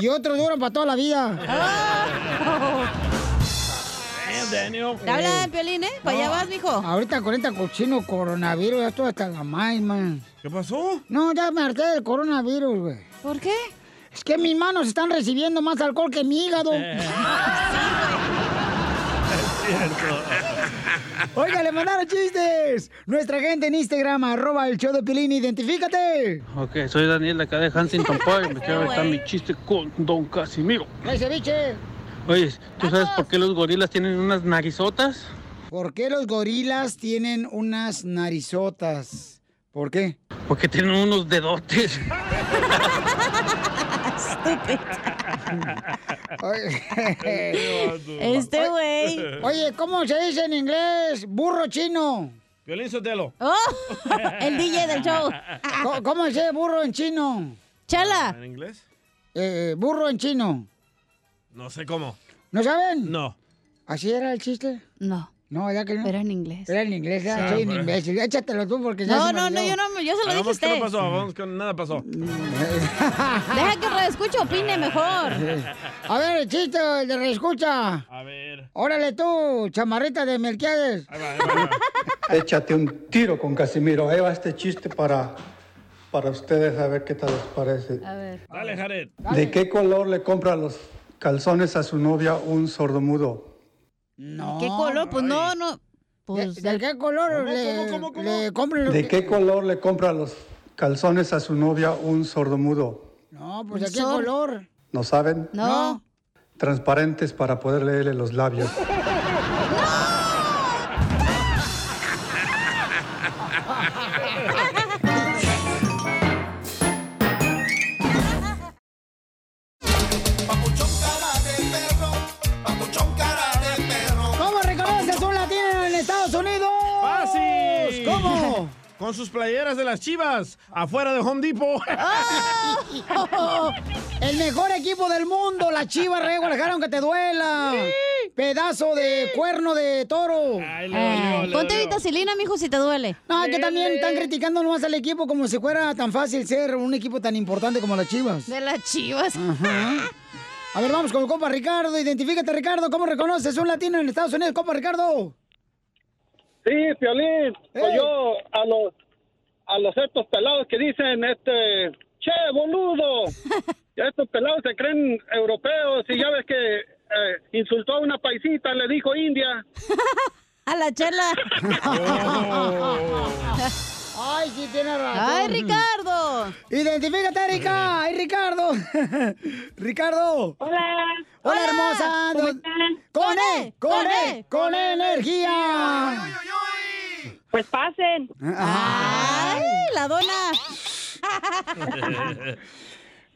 Speaker 2: Y otros duran para toda la
Speaker 6: Ah,
Speaker 2: vida.
Speaker 3: Daniel.
Speaker 6: Te hablan, Piolín, ¿eh? ¿Para allá vas, mijo?
Speaker 2: Ahorita con este cochino coronavirus, ya estoy hasta la maima. ¿Qué pasó? No, ya me harté del coronavirus, güey.
Speaker 6: ¿Por qué?
Speaker 2: Es que mis manos están recibiendo más alcohol que mi hígado. *laughs* Oiga, le mandaron chistes. Nuestra gente en Instagram, arroba el show de Pilín, identifícate.
Speaker 16: Ok, soy Daniel de acá de Huntington Park. Me quiero aventar mi chiste con Don Casimiro.
Speaker 2: ¡Ay, ceviche!
Speaker 16: Oye, ¿tú sabes por qué los gorilas tienen unas narizotas?
Speaker 2: ¿Por qué los gorilas tienen unas narizotas? ¿Por qué?
Speaker 16: Porque tienen unos dedotes.
Speaker 6: Este güey.
Speaker 2: Oye, ¿cómo se dice en inglés? Burro chino.
Speaker 3: Violín Sotelo.
Speaker 6: ¡Oh! El DJ del show.
Speaker 2: Co- ¿Cómo se dice burro en chino?
Speaker 6: Chala.
Speaker 3: ¿En inglés?
Speaker 2: Eh, burro en chino.
Speaker 3: No sé cómo.
Speaker 2: ¿No saben?
Speaker 3: No.
Speaker 2: ¿Así era el chiste?
Speaker 6: No.
Speaker 2: No, ya que no. Era
Speaker 6: en inglés.
Speaker 2: Era en inglés, ya,
Speaker 3: Ah,
Speaker 2: soy
Speaker 3: *laughs*
Speaker 2: un
Speaker 3: bueno.
Speaker 2: imbécil. Échatelo tú porque ya
Speaker 6: No,
Speaker 2: se me
Speaker 6: no, no,
Speaker 2: olvidó.
Speaker 6: yo no me- yo se lo dije a
Speaker 3: Vamos que
Speaker 6: usted. Mm.
Speaker 3: no pasó, vamos que nada pasó.
Speaker 6: Deja que reescuche, opine mejor.
Speaker 2: A ver, el chiste de reescucha.
Speaker 3: A ver.
Speaker 2: Órale tú, chamarrita de Melquiades.
Speaker 17: *laughs* Échate un tiro con Casimiro. Ahí va este chiste para, para ustedes a ver qué tal les parece.
Speaker 3: Dale, Jared.
Speaker 17: ¿De qué color le compra los calzones a su novia un sordomudo?
Speaker 2: No.
Speaker 6: ¿Qué color? Pues no, no.
Speaker 2: Pues, ¿De, de qué color le, le compran los
Speaker 17: ¿De qué color le compra los calzones a su novia un sordomudo?
Speaker 2: No, pues de qué
Speaker 6: Sol.
Speaker 2: color.
Speaker 17: ¿No saben?
Speaker 6: No.
Speaker 17: Transparentes para poder leerle los labios.
Speaker 1: *laughs*
Speaker 2: ¿Cómo reconoces un latino en Estados Unidos?
Speaker 3: ¡Fácil!
Speaker 6: *laughs*
Speaker 2: ¿Cómo?
Speaker 3: Con sus playeras de las chivas, afuera de Home Depot.
Speaker 6: *laughs*
Speaker 2: *laughs* El mejor equipo del mundo, la Chiva Rey Guadalajara, aunque te duela. Pedazo de cuerno de toro.
Speaker 6: Eh, ponte vitacilina, mijo, si te duele.
Speaker 2: No, que también están criticando nomás al equipo como si fuera tan fácil ser un equipo tan importante como las Chivas.
Speaker 6: De las Chivas.
Speaker 2: Ajá. A ver, vamos con el compa Ricardo. Identifícate, Ricardo. ¿Cómo reconoces un latino en Estados Unidos, compa Ricardo?
Speaker 18: Sí, Piolín, pues
Speaker 2: Ey.
Speaker 18: yo a los a los estos pelados que dicen este che
Speaker 2: *laughs*
Speaker 18: boludo ya estos pelados se creen europeos y ya ves que eh, insultó a una paisita le
Speaker 3: *laughs*
Speaker 18: dijo India
Speaker 6: *laughs* A la chela.
Speaker 2: Oh. Ay, sí, tiene razón.
Speaker 6: ¡Ay, Ricardo!
Speaker 2: ¡Identifícate, Rica! ¡Ay, Ricardo! *laughs* ¡Ricardo!
Speaker 12: ¡Hola!
Speaker 2: ¡Hola,
Speaker 1: Hola,
Speaker 2: hermosa!
Speaker 1: ¿cómo
Speaker 2: Do- ¡Con E! ¡Con E! ¡Con energía!
Speaker 12: Pues pasen.
Speaker 6: Ah, ¡Ay, la dona!
Speaker 2: ¡Ah,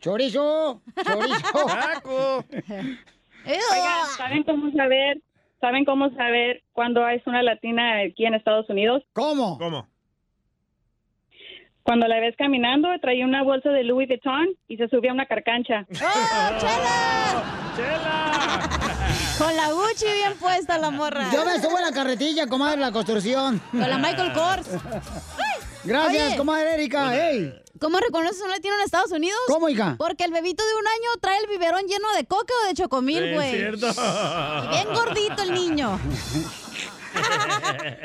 Speaker 2: ¡Chorizo! ¡Chorizo!
Speaker 12: Oigan, ¿saben cómo saber? ¿Saben cómo saber cuándo es una latina aquí en Estados Unidos?
Speaker 2: ¿Cómo?
Speaker 3: ¿Cómo?
Speaker 12: Cuando la ves caminando, traía una bolsa de Louis Vuitton y se subía a una carcancha.
Speaker 3: ¡Ah,
Speaker 6: Con la Gucci bien puesta la morra.
Speaker 2: Yo me subo a la carretilla, comadre, la construcción.
Speaker 6: Con la Michael Kors.
Speaker 3: *laughs*
Speaker 2: Gracias,
Speaker 6: Oye.
Speaker 2: comadre Erika. ¡Ey!
Speaker 6: ¿Cómo reconoces un latino en Estados Unidos?
Speaker 2: ¿Cómo, hija?
Speaker 6: Porque el bebito de un año trae el biberón lleno de coca o de chocomil, güey. Y bien gordito el
Speaker 2: *laughs*
Speaker 6: niño.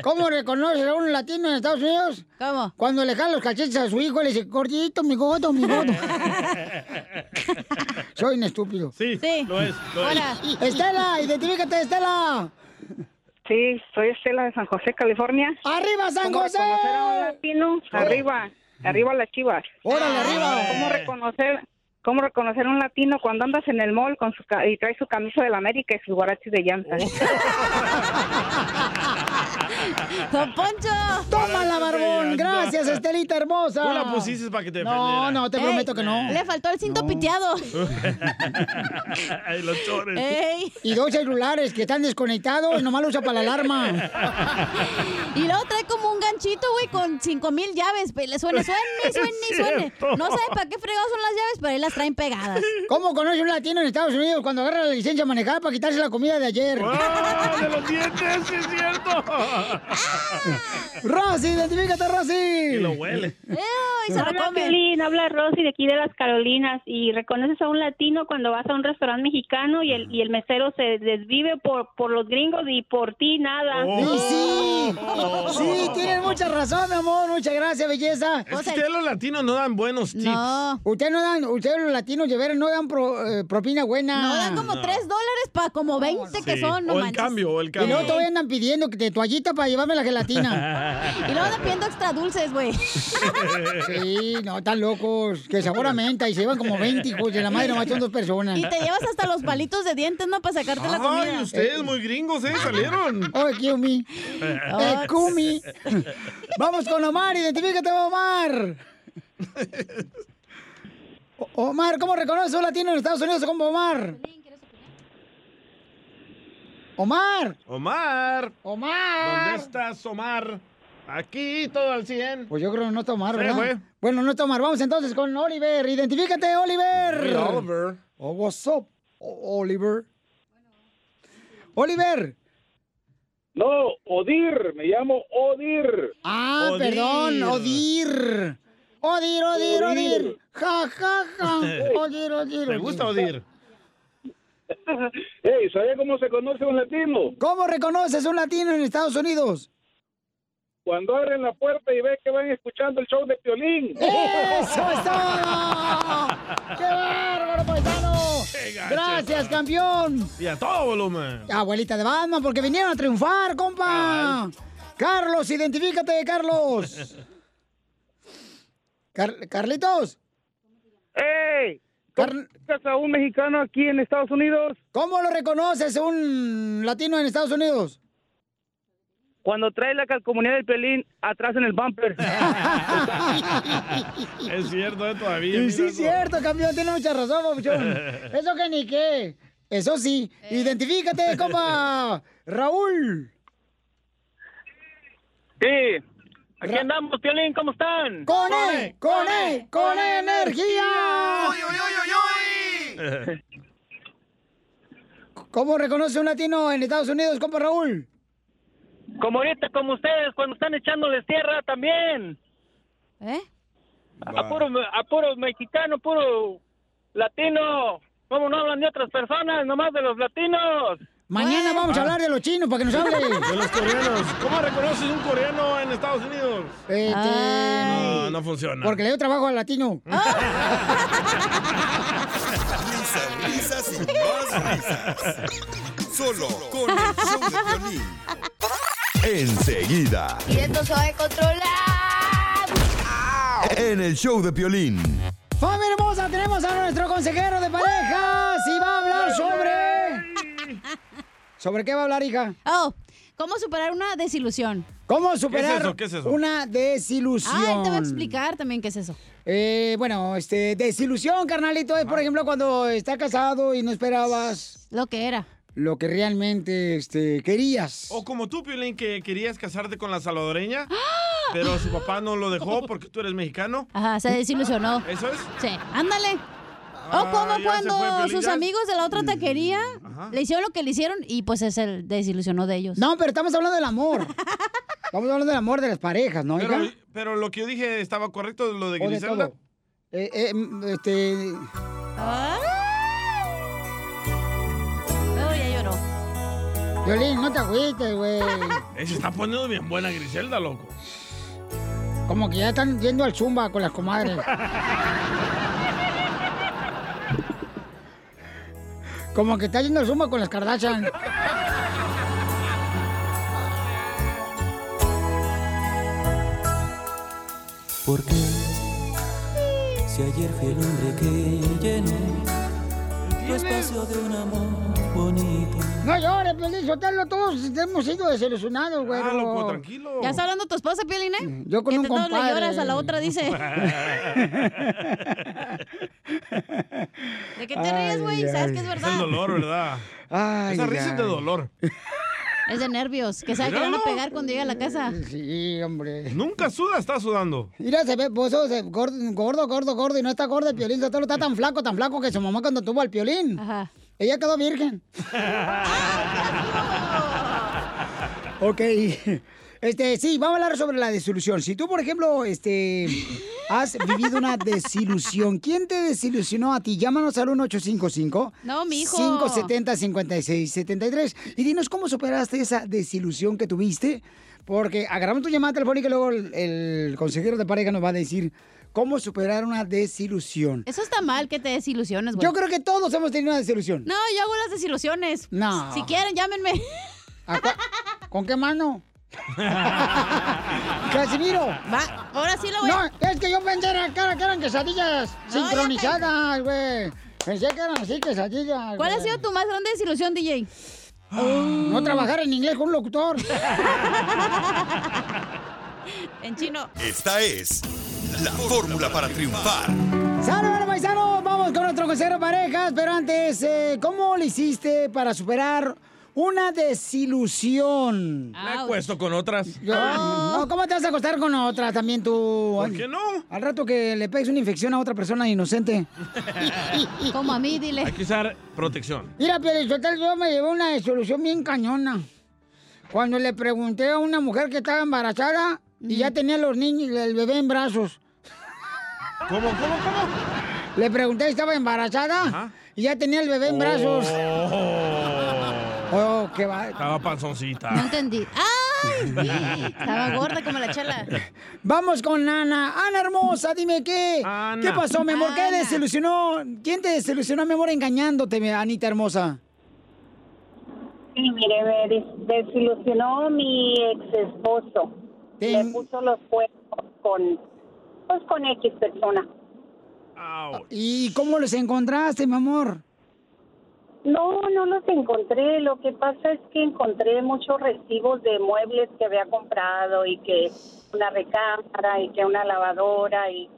Speaker 2: ¿Cómo reconoce a un latino en Estados Unidos?
Speaker 6: ¿Cómo?
Speaker 2: Cuando le jala los cachetes a su hijo, le dice, gordito, mi gordo, mi gordo. Soy un estúpido.
Speaker 3: Sí, lo es, lo es.
Speaker 2: Hola. *laughs* Estela, identifícate, Estela.
Speaker 19: Sí, soy Estela de San José, California.
Speaker 2: ¡Arriba, ¡Ah, San
Speaker 19: ¿Cómo
Speaker 2: José!
Speaker 19: reconocer a un latino? Arriba, arriba las chivas.
Speaker 2: ¡Órale,
Speaker 12: Ah.
Speaker 2: arriba!
Speaker 19: ¿Cómo reconocer, cómo reconocer a un latino cuando andas en el mall con su ca- y trae su camisa del América y sus guaraches de llantas?
Speaker 6: ¡Don Poncho!
Speaker 2: ¡Tómala, barbón! Gracias, Estelita hermosa.
Speaker 3: Tú la pusiste para que te Eh,
Speaker 2: No,
Speaker 3: defendiera.
Speaker 2: no, te *laughs*
Speaker 3: Ey,
Speaker 2: prometo que no.
Speaker 6: Le faltó el cinto piteado.
Speaker 3: *laughs*
Speaker 6: *laughs*
Speaker 3: Ay, los chores.
Speaker 2: Eh, Y dos celulares que están desconectados y nomás lo usa para la alarma.
Speaker 6: Y luego trae como un ganchito, güey, con cinco mil llaves. pe- Le
Speaker 2: *laughs*
Speaker 6: suene, suene, y suene, y suene.
Speaker 2: Cierto.
Speaker 6: No sabe para qué fregados son las llaves, pero ahí las traen pegadas.
Speaker 2: ¿Cómo conoce un latino en Estados Unidos cuando agarra la licencia a manejar para quitarse la comida de ayer?
Speaker 1: ¡Ah, de los dientes, sí es cierto!
Speaker 2: ¡Rosy, identifícate, Rosy!
Speaker 1: Y lo huele.
Speaker 6: y se lo
Speaker 12: habla
Speaker 6: come.
Speaker 12: Piolín, habla Rosy de aquí de las Carolinas y reconoces a un latino cuando vas a un restaurante mexicano y el, y el mesero se desvive por, por los gringos y por ti nada. Oh.
Speaker 2: Y sí, sí, tienes mucha razón, mi amor. Muchas gracias, belleza.
Speaker 3: Es que ustedes los latinos no dan buenos tips.
Speaker 2: Ustedes no dan, ustedes los latinos de veras no dan pro- eh, propina buena.
Speaker 6: No, dan como tres dólares para como 20 que
Speaker 3: Sí,
Speaker 6: son, Este no
Speaker 3: o el
Speaker 6: manches.
Speaker 3: cambio, o el
Speaker 2: Y
Speaker 3: cambio.
Speaker 2: luego todavía andan pidiendo que te toallita para llevarme la gelatina.
Speaker 6: *laughs* Y luego andan pidiendo extra dulces, güey.
Speaker 2: Sí, no, están locos. Que sabor a menta y se llevan como 20 hijos de la madre, nomás son dos personas.
Speaker 6: Y te llevas hasta los palitos de dientes, ¿no? Para sacarte la comida.
Speaker 3: Ay, ustedes muy gringos, ¿eh? Salieron.
Speaker 2: Oh, Kiumi. Eh, Kumi. Vamos con Omar, identifícate, Omar. O- Omar, ¿cómo reconoces un latino en Estados Unidos como Omar? Omar.
Speaker 3: Omar.
Speaker 2: Omar.
Speaker 3: ¿Dónde estás, Omar? Aquí, todo al 100.
Speaker 2: Pues yo creo que no está Omar,
Speaker 3: Se
Speaker 2: ¿verdad?
Speaker 3: fue.
Speaker 2: Bueno, no está Omar. Vamos entonces con Oliver. Identifícate, Oliver.
Speaker 3: Mira, Oliver.
Speaker 2: Oh, what's up, O- Oliver? Oliver.
Speaker 20: No, Odir, me llamo Odir.
Speaker 2: Ah, perdón, Odir. Odir, Odir, Odir. Ja, ja,
Speaker 3: *laughs*
Speaker 2: ja. Odir, Odir.
Speaker 20: Me gusta
Speaker 2: *laughs*
Speaker 3: Odir.
Speaker 20: Ey, ¿sabía cómo se conoce un latino?
Speaker 2: ¿Cómo reconoces un latino en Estados Unidos?
Speaker 20: Cuando abren la puerta y ve que van escuchando el show de Piolín.
Speaker 2: ¡Eso está! ¡Qué bárbaro, paisano!
Speaker 3: gacho.
Speaker 2: Gracias, campeón.
Speaker 3: Y a todo
Speaker 2: *laughs*
Speaker 3: volumen.
Speaker 2: Abuelita de Batman, porque vinieron a triunfar, compa. Carlos, identifícate, Carlos. Car- Carlitos.
Speaker 21: ¡Ey! ¿Conoces a un mexicano aquí en Estados Unidos?
Speaker 2: ¿Cómo lo reconoces un latino en Estados Unidos?
Speaker 21: Cuando trae la calcomunidad del pelín atrás en
Speaker 1: *laughs*
Speaker 21: el bumper.
Speaker 3: Es cierto, ¿eh? Todavía.
Speaker 2: Y
Speaker 3: mira
Speaker 2: sí,
Speaker 3: eso.
Speaker 2: es cierto, campeón, tiene mucha razón,
Speaker 21: *laughs*
Speaker 2: babuchón. Eso que ni qué. Eso sí,
Speaker 21: Eh.
Speaker 2: identifícate,
Speaker 21: *laughs*
Speaker 2: compa. Raúl.
Speaker 21: sí. Aquí andamos, Piolín, ¿cómo están?
Speaker 2: Con E, con E, con E energía.
Speaker 1: *laughs*
Speaker 2: ¿Cómo reconoce un latino en Estados Unidos, compa Raúl?
Speaker 21: Como ahorita, como ustedes, cuando están echándoles tierra también.
Speaker 6: ¿Eh?
Speaker 21: A puro, a puro mexicano, puro latino. ¿Cómo no hablan de otras personas, nomás de los latinos?
Speaker 2: Mañana vamos a hablar de los chinos para que
Speaker 6: *laughs*
Speaker 2: nos hable.
Speaker 3: De los coreanos. ¿Cómo reconoces un coreano en Estados Unidos?
Speaker 2: Este,
Speaker 3: No, no funciona.
Speaker 2: Porque le dio trabajo al latino.
Speaker 6: Ah.
Speaker 8: Risas, risas y más risas. Solo con el show de Piolín.
Speaker 9: Enseguida,
Speaker 22: Y esto se va a controlar.
Speaker 8: en el show de Piolín.
Speaker 2: ¡Familia hermosa! Tenemos a nuestro consejero
Speaker 6: Eh,
Speaker 2: de parejas y va a hablar sobre... ¿Sobre qué va a hablar, hija?
Speaker 6: Oh, ¿cómo superar una desilusión?
Speaker 2: ¿Cómo superar una desilusión?
Speaker 6: Ah, te voy a explicar también qué es eso.
Speaker 2: Eh, bueno, este, desilusión, carnalito, es por ejemplo cuando está casado y no esperabas
Speaker 6: Ah. lo que era,
Speaker 2: lo que realmente este, querías.
Speaker 3: O como tú, Piolín, que querías casarte con la salvadoreña, pero su papá no lo dejó porque tú eres mexicano.
Speaker 6: ¡Ah! Ajá, se desilusionó.
Speaker 3: ¿Eso es?
Speaker 6: Sí, ándale.
Speaker 3: Ah,
Speaker 6: o como
Speaker 3: ya
Speaker 6: cuando
Speaker 3: se fue, Piolín,
Speaker 6: sus
Speaker 3: ya.
Speaker 6: amigos de la
Speaker 2: Mm,
Speaker 6: otra taquería le hicieron lo que le hicieron y pues se desilusionó de ellos.
Speaker 2: No, pero estamos hablando del
Speaker 6: *laughs*
Speaker 2: amor. Estamos hablando del amor de las parejas, ¿no, hija?
Speaker 3: Pero, pero lo que yo dije estaba correcto, lo de
Speaker 2: O de
Speaker 3: Griselda.
Speaker 2: todo. Eh, eh, m- este...
Speaker 6: Oh, ya lloró.
Speaker 2: Violín, no te agüites, güey.
Speaker 3: Se está poniendo bien buena Griselda, loco.
Speaker 2: Como que ya están yendo al zumba con las comadres. Como que está yendo al zumba con las
Speaker 23: *laughs*
Speaker 2: Kardashian.
Speaker 23: ¿Por qué? Si ayer fui el hombre que llenó tu espacio de un amor bonito.
Speaker 2: No llores, Piolín, Sotelo, todos hemos sido desilusionados, güey.
Speaker 23: Ah, loco, tranquilo.
Speaker 6: ¿Ya está hablando tu esposa, Piolín, eh?
Speaker 2: Yo con
Speaker 6: que
Speaker 2: un
Speaker 6: te- no le
Speaker 2: compadre.
Speaker 6: lloras a la otra,
Speaker 23: *laughs*
Speaker 6: dice.
Speaker 2: *laughs*
Speaker 6: ¿De qué te ríes, güey? ¿Sabes que es verdad?
Speaker 3: Es el dolor, ¿verdad?
Speaker 2: Ay,
Speaker 3: Esa risa es de
Speaker 2: ay.
Speaker 3: dolor.
Speaker 6: Es de nervios, que sabe que le van a pegar cuando llegue a la casa.
Speaker 2: Sí, hombre.
Speaker 3: Nunca suda, está sudando.
Speaker 2: Mira, se ve, vos sos eh, gordo, gordo, gordo, gordo, y no está gordo el Piolín Sotelo, está tan flaco, tan flaco que su mamá cuando tuvo al Piolín, ella quedó virgen. Ok. *laughs* Este, sí, vamos a hablar sobre la desilusión. Si tú, por ejemplo, este, has
Speaker 6: *laughs*
Speaker 2: vivido una desilusión, ¿quién te desilusionó a ti? Llámanos al 1855
Speaker 6: No, mijo.
Speaker 2: 570 5673 y dinos cómo superaste esa desilusión que tuviste, porque agarramos tu llamada telefónica y luego el, el consejero de pareja nos va a decir cómo superar una desilusión.
Speaker 6: Eso está mal que te desilusiones, güey.
Speaker 2: Yo creo que todos hemos tenido una
Speaker 6: *laughs*
Speaker 2: desilusión.
Speaker 6: No, yo hago las desilusiones.
Speaker 2: No.
Speaker 6: Si quieren, llámenme.
Speaker 2: ¿A cua- ¿Con
Speaker 6: *laughs*
Speaker 2: qué mano? *laughs* Casimiro.
Speaker 6: Va, *laughs* ahora sí lo voy
Speaker 2: No,
Speaker 6: a-
Speaker 2: es que yo pensé era- que eran, que eran quesadillas
Speaker 6: No,
Speaker 2: sincronizadas, güey. Pensé que eran así quesadillas.
Speaker 6: ¿Cuál ha
Speaker 2: güey.
Speaker 6: sido tu más grande desilusión, DJ?
Speaker 2: *gasps* No trabajar en inglés con un locutor.
Speaker 6: En chino.
Speaker 8: Esta es la fórmula para triunfar.
Speaker 2: ¡Saludos, paisano! Vamos con nuestro consejero de parejas, pero antes, eh, ¿cómo lo hiciste para superar una desilusión?
Speaker 6: Ah,
Speaker 3: Me acuesto con otras.
Speaker 2: Yo- no, ¿Cómo te vas a acostar con otra también tú?
Speaker 3: ¿Por qué no?
Speaker 2: Al rato que le pegues una infección a otra persona inocente.
Speaker 6: *laughs* Como a mí, dile.
Speaker 3: Hay que usar protección.
Speaker 2: Mira, Pielichotel, yo me llevé una solución bien cañona. Cuando le pregunté a una mujer que estaba embarazada y ya tenía los niños, el bebé en brazos.
Speaker 3: ¿Cómo, cómo, cómo?
Speaker 2: Le pregunté si estaba embarazada y ya tenía el bebé en brazos. Oh, qué va.
Speaker 3: Estaba panzoncita.
Speaker 6: No entendí. Ah. ¡Ay! Estaba gorda como la chela.
Speaker 3: *laughs*
Speaker 2: Vamos con Ana. Ana hermosa, dime qué. ¿Qué pasó, mi amor? ¿Qué
Speaker 6: Ana.
Speaker 2: desilusionó? ¿Quién te desilusionó, mi amor, engañándote, mi Anita hermosa?
Speaker 5: Sí, mire, me des- desilusionó mi ex esposo. Le puso los cuernos con, pues, con X persona.
Speaker 2: ¿Y cómo los encontraste, mi amor?
Speaker 5: No, no los encontré. Lo que pasa es que encontré muchos recibos de muebles que había comprado y que una recámara y que una lavadora y,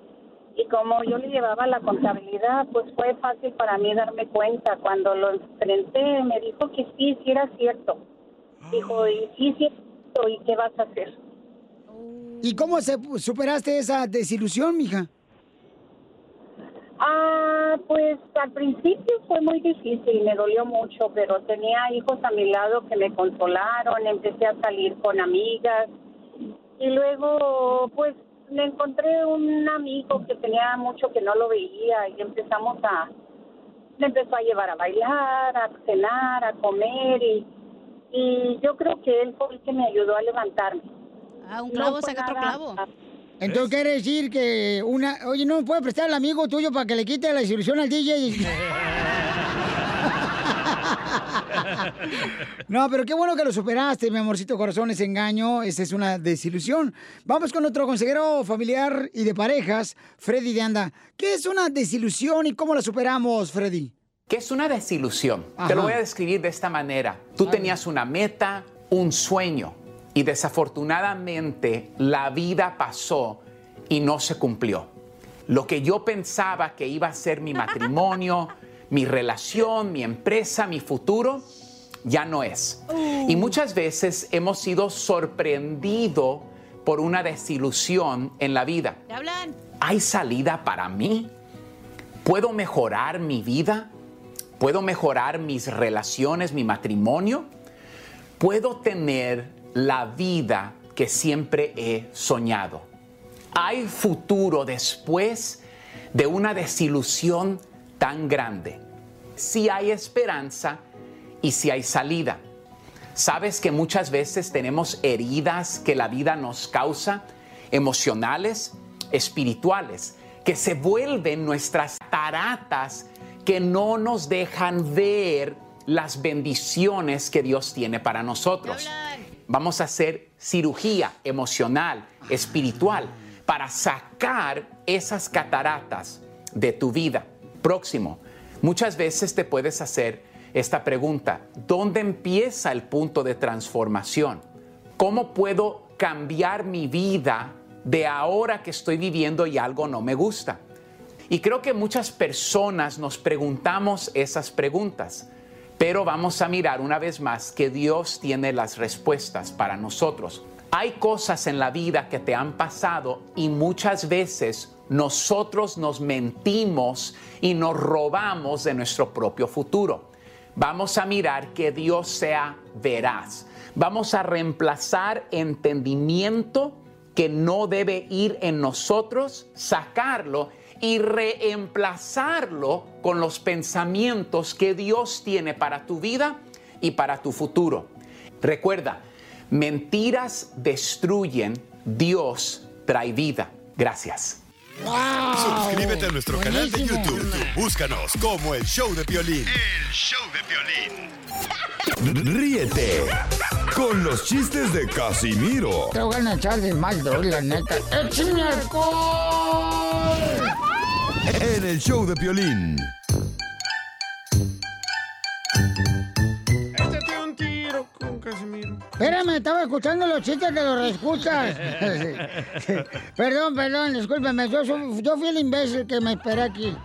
Speaker 5: y como yo le llevaba la contabilidad, pues fue fácil para mí darme cuenta. Cuando lo enfrenté, me dijo que sí, sí era cierto. Dijo, y sí, sí, es cierto, ¿y qué vas a hacer?
Speaker 2: ¿Y cómo se superaste esa desilusión, mija?
Speaker 5: Ah, pues al principio fue muy difícil, me dolió mucho, pero tenía hijos a mi lado que me consolaron, empecé a salir con amigas y luego pues me encontré un amigo que tenía mucho que no lo veía y empezamos a, me empezó a llevar a bailar, a cenar, a comer y, y yo creo que él fue el que me ayudó a levantarme.
Speaker 6: Ah, un
Speaker 5: clavo
Speaker 6: saca otro clavo.
Speaker 2: Entonces quiere decir que una... Oye, ¿no me puede prestar al amigo tuyo para que le quite la desilusión al DJ? No, pero qué bueno que lo superaste, mi amorcito corazón, ese engaño, esa es una desilusión. Vamos con otro consejero familiar y de parejas, Freddy de Anda. ¿Qué es una desilusión y cómo la superamos, Freddy?
Speaker 7: ¿Qué es una desilusión? Te lo voy a describir de esta manera. Tú tenías una meta, un sueño, y desafortunadamente la vida pasó y no se cumplió. Lo que yo pensaba que iba a ser mi matrimonio, mi relación, mi empresa, mi futuro, ya no es. Y muchas veces hemos sido sorprendidos por una desilusión en la vida.
Speaker 6: ¿Te hablan?
Speaker 7: ¿Hay salida para mí? ¿Puedo mejorar mi vida? ¿Puedo mejorar mis relaciones, mi matrimonio? ¿Puedo tener la vida que siempre he soñado? ¿Hay futuro después de una desilusión tan grande? Si hay esperanza y si hay salida. Sabes que muchas veces tenemos heridas que la vida nos causa, emocionales, espirituales, que se vuelven nuestras taratas que no nos dejan ver las bendiciones que Dios tiene para nosotros. Vamos a hacer cirugía emocional, espiritual, para sacar esas cataratas de tu vida. Próximo, muchas veces te puedes hacer esta pregunta, ¿dónde empieza el punto de transformación? ¿Cómo puedo cambiar mi vida de ahora que estoy viviendo y algo no me gusta? Y creo que muchas personas nos preguntamos esas preguntas, pero vamos a mirar una vez más que Dios tiene las respuestas para nosotros. Hay cosas en la vida que te han pasado y muchas veces nosotros nos mentimos y nos robamos de nuestro propio futuro. Vamos a mirar que Dios sea veraz. Vamos a reemplazar entendimiento que no debe ir en nosotros, sacarlo y reemplazarlo con los pensamientos que Dios tiene para tu vida y para tu futuro. Recuerda, mentiras destruyen, Dios trae vida. Gracias.
Speaker 8: Suscríbete a nuestro canal de YouTube. Búscanos como el show de violín.
Speaker 1: El show de violín.
Speaker 9: Ríete con los chistes de Casimiro
Speaker 2: Te voy a echar de más, doy, la neta. ¡Eh, ¡Échame alcohol!
Speaker 8: en el show de violín.
Speaker 3: Échate un tiro con
Speaker 2: *laughs*
Speaker 3: Casimiro.
Speaker 2: Espérame, estaba escuchando los chistes de
Speaker 3: *laughs*
Speaker 2: los reescuchas. perdón, perdón, discúlpeme. Yo, soy- yo fui el imbécil que me esperé aquí.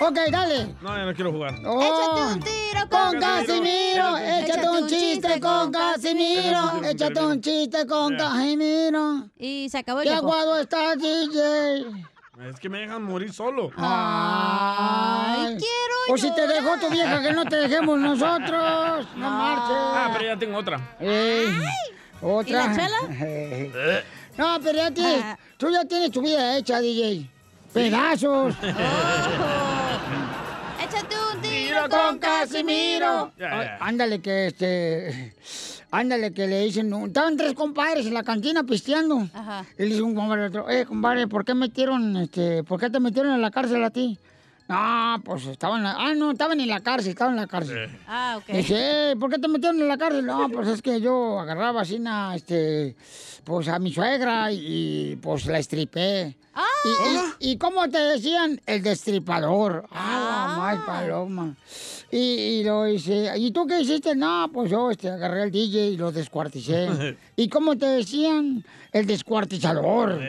Speaker 2: Ok, dale.
Speaker 3: No, ya no quiero jugar.
Speaker 2: Échate un tiro con Casimiro. Échate un chiste con Casimiro. Échate un chiste con
Speaker 3: Ya.
Speaker 2: Casimiro.
Speaker 6: Y se acabó el
Speaker 2: ¡Qué
Speaker 6: tiempo.
Speaker 2: aguado está, DJ!
Speaker 3: Es que me dejan morir solo.
Speaker 2: Ay, quiero O si te dejó tu vieja, que no te dejemos nosotros. No marches.
Speaker 3: Ah, pero ya tengo otra.
Speaker 2: Ey, ¿Otra?
Speaker 3: ¿Y la chela?
Speaker 2: *laughs* Eh. No, pero ya tienes,
Speaker 3: Ah.
Speaker 2: tú ya tienes tu vida hecha, DJ.
Speaker 3: *laughs*
Speaker 2: Pedazos.
Speaker 6: Oh. Échate un tiro
Speaker 2: Tiro con Casimiro. Ay, Ándale que este. Ándale que le dicen. un- Estaban tres compadres en la cantina pisteando.
Speaker 6: Ajá.
Speaker 2: Y le dice un compadre al otro, eh, compadre, ¿por qué metieron, este, por qué te metieron en la cárcel a ti? Ah, pues estaban, ah, no, estaban en la cárcel, estaban en la cárcel.
Speaker 6: Ah, ok.
Speaker 2: Dice, "Eh, ¿por qué te metieron en la cárcel? No, pues es que yo agarraba así, na, este, pues a mi suegra y, y, pues la estripé.
Speaker 6: ¡Ah!
Speaker 2: Y, y, y cómo te decían? El destripador. Ah, la mal paloma. Y, y lo hice. ¿Y tú qué hiciste? No, pues yo este, agarré al DJ y lo descuarticé. ¿Y cómo te decían? El descuartizador.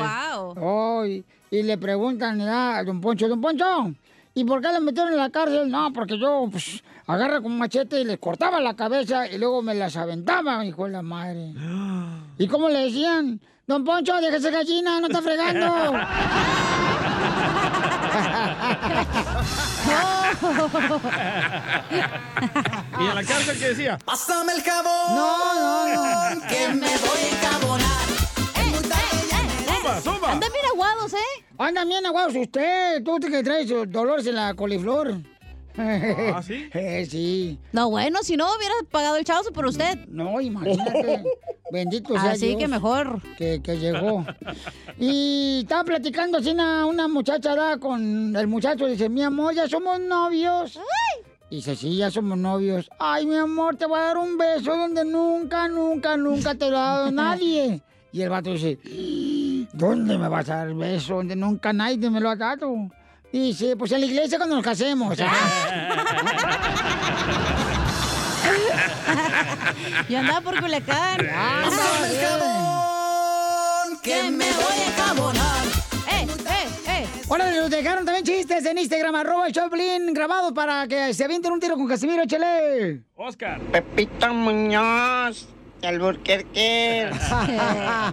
Speaker 6: Oh,
Speaker 2: Oh, y, y le preguntan ¿verdad? a Don Poncho, Don Poncho, ¿y por qué le metieron en la cárcel? No, porque yo pues, agarra con un machete y les cortaba la cabeza y luego me las aventaba, hijo de la madre. ¿Y cómo le decían? Don Poncho, déjese gallina, no
Speaker 1: *laughs*
Speaker 2: está fregando. *laughs*
Speaker 3: ¿Y en la cárcel qué decía?
Speaker 1: Pásame el jabón.
Speaker 2: No, Eh. no,
Speaker 1: no. Que me voy a encabonar.
Speaker 3: Zumba, zumba.
Speaker 2: Andan bien aguados, ¿eh? Andan bien aguados usted, tú que traes dolores en la coliflor. *laughs* ¿Ah, sí? Eh, sí.
Speaker 6: No, bueno, si no hubiera pagado el chavo por usted.
Speaker 2: No, imagínate.
Speaker 3: Oh.
Speaker 2: Bendito sea
Speaker 6: Así
Speaker 2: Dios.
Speaker 6: que mejor.
Speaker 2: Que, que llegó. Y estaba platicando así una, una muchacha ¿verdad? con el muchacho. Dice, mi amor, ya somos novios. Dice, sí, ya somos novios. Ay, mi amor, te voy a dar un beso donde nunca, nunca, nunca te lo ha
Speaker 6: *laughs*
Speaker 2: dado nadie. Y el vato dice, ¿dónde me vas a dar el beso? Donde nunca nadie me lo ha dado. Dice, pues en la iglesia cuando
Speaker 6: *laughs*
Speaker 2: nos casemos.
Speaker 6: *laughs* Yo andaba por
Speaker 2: *laughs*
Speaker 6: Culiacán.
Speaker 1: Pásame el
Speaker 6: jabón, que me voy a jabonar. ¡Eh, eh, eh!
Speaker 2: Ahora nos dejaron también chistes en Instagram, arroba el Choplin, grabado para que se avienten un tiro con Casimiro, chele.
Speaker 3: Oscar.
Speaker 10: Pepito Muñoz,
Speaker 2: *laughs*
Speaker 10: de Alburquerque.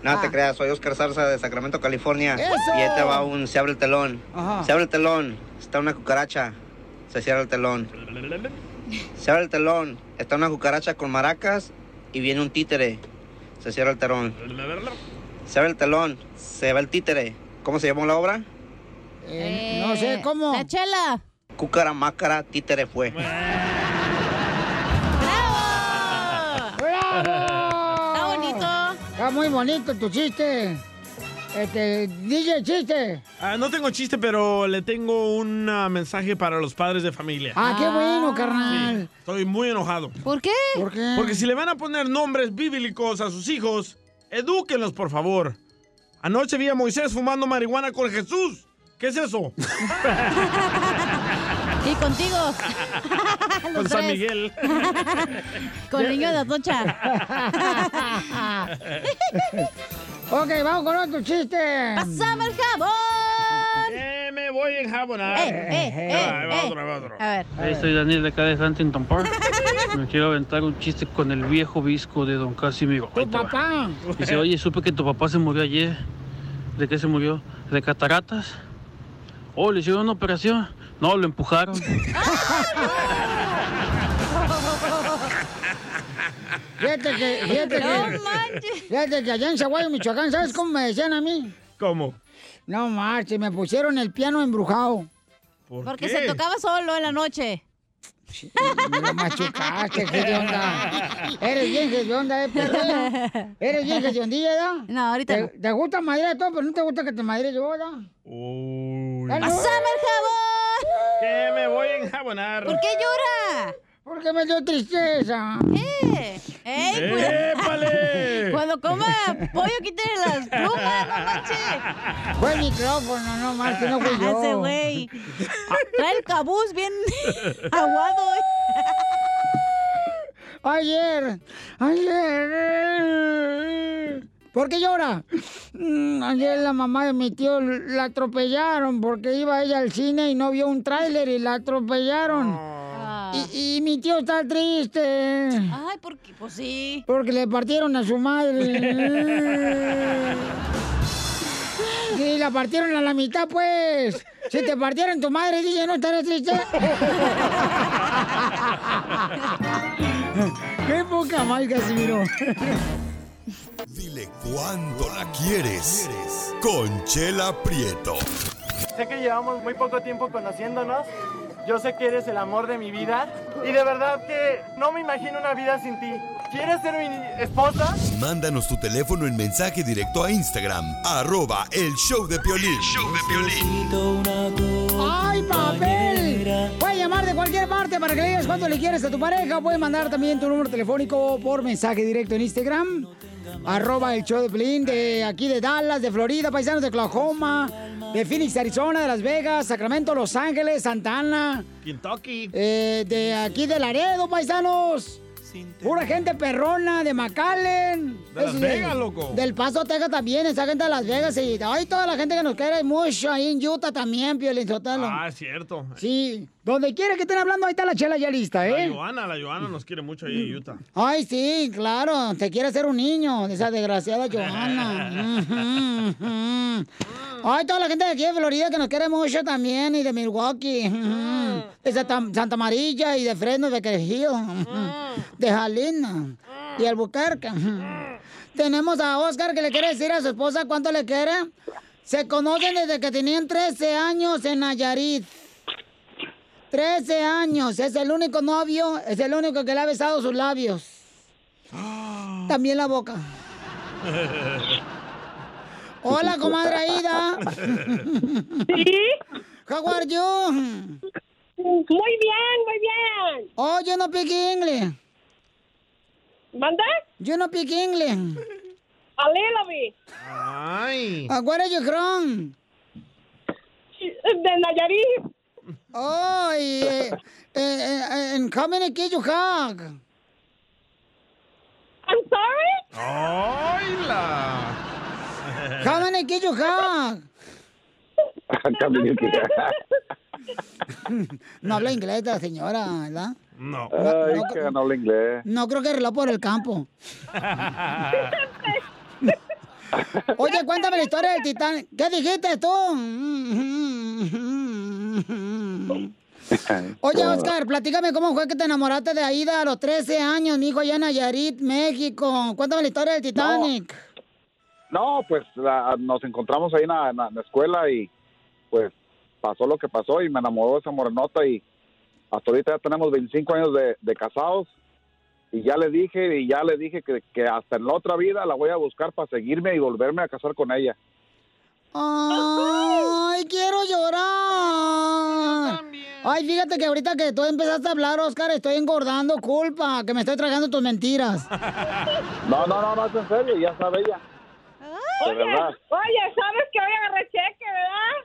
Speaker 10: No te creas, soy Oscar Zarza de Sacramento, California. Ah, ¡Eso! Y ahí te va un, se abre el telón. Ajá. Se abre el telón, está una cucaracha. Se cierra el telón. Se abre el telón, está una cucaracha con maracas y viene un títere. Se cierra el telón. Se abre el telón, se va el títere. ¿Cómo se llamó la obra?
Speaker 2: no sé cómo.
Speaker 6: Eh, La chela.
Speaker 10: Cúcara, mácara, títere fue.
Speaker 2: Está
Speaker 6: bonito.
Speaker 2: Está muy bonito tu chiste. Este, DJ chiste.
Speaker 3: Ah, no tengo chiste, pero le tengo un ah, mensaje para los padres de familia.
Speaker 2: Ah, qué bueno, carnal.
Speaker 3: Sí, estoy muy enojado.
Speaker 6: ¿Por qué?
Speaker 2: ¿Por qué?
Speaker 3: Porque si le van a poner nombres bíblicos a sus hijos, edúquenlos, por favor. Anoche vi a Moisés fumando marihuana con Jesús. ¿Qué es eso?
Speaker 6: Y
Speaker 3: *laughs*
Speaker 6: contigo. *laughs* Los
Speaker 3: con San
Speaker 6: tres.
Speaker 3: Miguel.
Speaker 6: *laughs* Con el niño de
Speaker 2: *laughs*
Speaker 6: Atocha.
Speaker 2: *laughs* ok, vamos con otro chiste.
Speaker 6: ¡Pásame el jabón!
Speaker 3: ¡Eh, me voy a enjabonar!
Speaker 6: ¡Eh, eh,
Speaker 3: Ahí
Speaker 6: eh!
Speaker 3: va, ahí va
Speaker 6: eh.
Speaker 3: otro, ahí va otro.
Speaker 6: A ver.
Speaker 16: Hey, soy Daniel de acá de Huntington Park. Me quiero aventar un chiste con el viejo visco de Don Casimiro. Ahí
Speaker 2: Tu
Speaker 16: te va.
Speaker 2: papá.
Speaker 16: Dice, oye, supe que tu papá se murió ayer. ¿De qué se murió? ¿De cataratas? Oh, le hicieron una operación. No, lo empujaron.
Speaker 2: Fíjate que, fíjate que. Fíjate que allá en Zaguayo, Michoacán, ¿sabes cómo me decían a mí?
Speaker 3: ¿Cómo?
Speaker 2: No marches, me pusieron el piano embrujado.
Speaker 6: Porque se tocaba solo en la noche.
Speaker 2: Me lo machucaste, onda. Eres bien gedionda, eh, perro. Eres bien gediondilla, ¿verdad?
Speaker 6: No, ahorita
Speaker 2: Te,
Speaker 6: no.
Speaker 2: te gusta madre todo, pero no te gusta que te madre yo, ¿verdad?
Speaker 6: ¡Pásame el jabón!
Speaker 3: ¡Que me voy a enjabonar!
Speaker 6: ¿Por qué llora?
Speaker 2: Porque me dio tristeza.
Speaker 6: ¡Eh! ¡Ey!
Speaker 3: ¡Épale!
Speaker 6: *laughs* Cuando coma pollo, quítale las plumas, no manches.
Speaker 2: Fue el micrófono, no marches, no fui yo.
Speaker 6: Ah, Ese güey. Ah, Trae el cabuz bien *laughs* aguado. eh.
Speaker 2: Ayer, ayer. eh, ¿Por qué llora? Mm, Ayer la mamá de mi tío la atropellaron porque iba ella al cine y no vio un tráiler y la atropellaron.
Speaker 6: Ah.
Speaker 2: Y, y mi tío está triste.
Speaker 6: Ay, porque, pues sí.
Speaker 2: Porque le partieron a su madre. Y la partieron a la mitad, pues. Si te partieron tu madre, dije, no estaré triste. Qué poca mal, Casimiro.
Speaker 8: Dile cuándo la quieres. Conchela Prieto.
Speaker 11: Sé que llevamos muy poco tiempo conociéndonos. Yo sé que eres el amor de mi vida. Y de verdad que no me imagino una vida sin ti. ¿Quieres ser mi esposa?
Speaker 8: Mándanos tu teléfono en mensaje directo a Instagram, arroba el show de Piolín.
Speaker 2: ¡Ay, papel! Puedes llamar de cualquier parte para que le digas cuánto le quieres a tu pareja. Puedes mandar también tu número telefónico por mensaje directo en Instagram. Arroba el show de Pelín de aquí de Dallas, de Florida, paisanos de Oklahoma, de Phoenix, Arizona, de Las Vegas, Sacramento, Los Ángeles, Santa Ana,
Speaker 3: Kentucky.
Speaker 2: eh, de aquí de Laredo, paisanos. Pura gente perrona de McAllen.
Speaker 3: De Las
Speaker 2: Eso
Speaker 3: Vegas, loco.
Speaker 2: Del Paso, Texas también, esa gente de Las Vegas. Y ay, toda la gente que nos quiere, hay mucho ahí en Utah también, Piolín Sotelo.
Speaker 3: Ah, es cierto.
Speaker 2: Sí, donde quiera que estén hablando, ahí está la chela ya lista,
Speaker 3: La
Speaker 2: ¿eh?
Speaker 3: Joana, la Joana nos quiere mucho ahí en Utah.
Speaker 2: Ay, sí, claro, te quiere hacer un niño, esa desgraciada
Speaker 3: *laughs*
Speaker 2: Johanna. mm, Ujú, ujú. Ay, toda la gente de aquí de Florida que nos quiere mucho también, y de Milwaukee, ujú. *laughs* de Santa, Santa Amarilla, y de Fresno, de Crejillo, de Jalina, y Albuquerque. ujú. Tenemos a Oscar que le quiere decir a su esposa cuánto le quiere. Se conocen desde que tenían 13 años en Nayarit. 13 años, es el único novio, es el único que le ha besado sus labios. También la boca. Hola, comadre Aida.
Speaker 1: *laughs*
Speaker 2: ¿Sí? How are you?
Speaker 22: Muy bien, muy bien.
Speaker 2: Oh, yo no pique inglés.
Speaker 12: ¿Mande?
Speaker 2: Yo no pique inglés.
Speaker 12: A little bit.
Speaker 3: Ay.
Speaker 2: Uh, where are you from?
Speaker 12: De Nayarit.
Speaker 2: Oh, y, eh, eh, eh, and how many kids you have?
Speaker 12: I'm sorry?
Speaker 24: *laughs*
Speaker 2: Oh.
Speaker 3: ¡Hola!
Speaker 2: How many kids you
Speaker 12: *laughs*
Speaker 2: have? *laughs* No habla inglés la señora, ¿verdad?
Speaker 3: No.
Speaker 2: Ay,
Speaker 24: no, que no habla inglés.
Speaker 2: No creo que reloj por el campo. Oye, cuéntame la historia del Titanic. ¿Qué dijiste tú? Oye,
Speaker 1: Ah.
Speaker 2: Oscar, platícame cómo fue que te enamoraste de Aida a los 13 años, mijo, allá en Nayarit, México. Cuéntame la historia del Titanic.
Speaker 24: No, pues la- nos encontramos ahí en la, en la- en la escuela y pues pasó lo que pasó y me enamoró esa morenota y hasta ahorita ya tenemos 25 años de, de casados y ya le dije y ya le dije que, que hasta en la otra vida la voy a buscar para seguirme y volverme a casar con ella.
Speaker 2: Ay, quiero llorar. Ay, fíjate que ahorita que tú empezaste a hablar, Oscar, estoy engordando culpa, que me estoy tragando tus mentiras.
Speaker 24: No, no, no, no es en serio, ya sabe ella. De
Speaker 12: Oye,
Speaker 24: verdad.
Speaker 12: *laughs* oye, sabes que hoy agarré cheque, ¿verdad?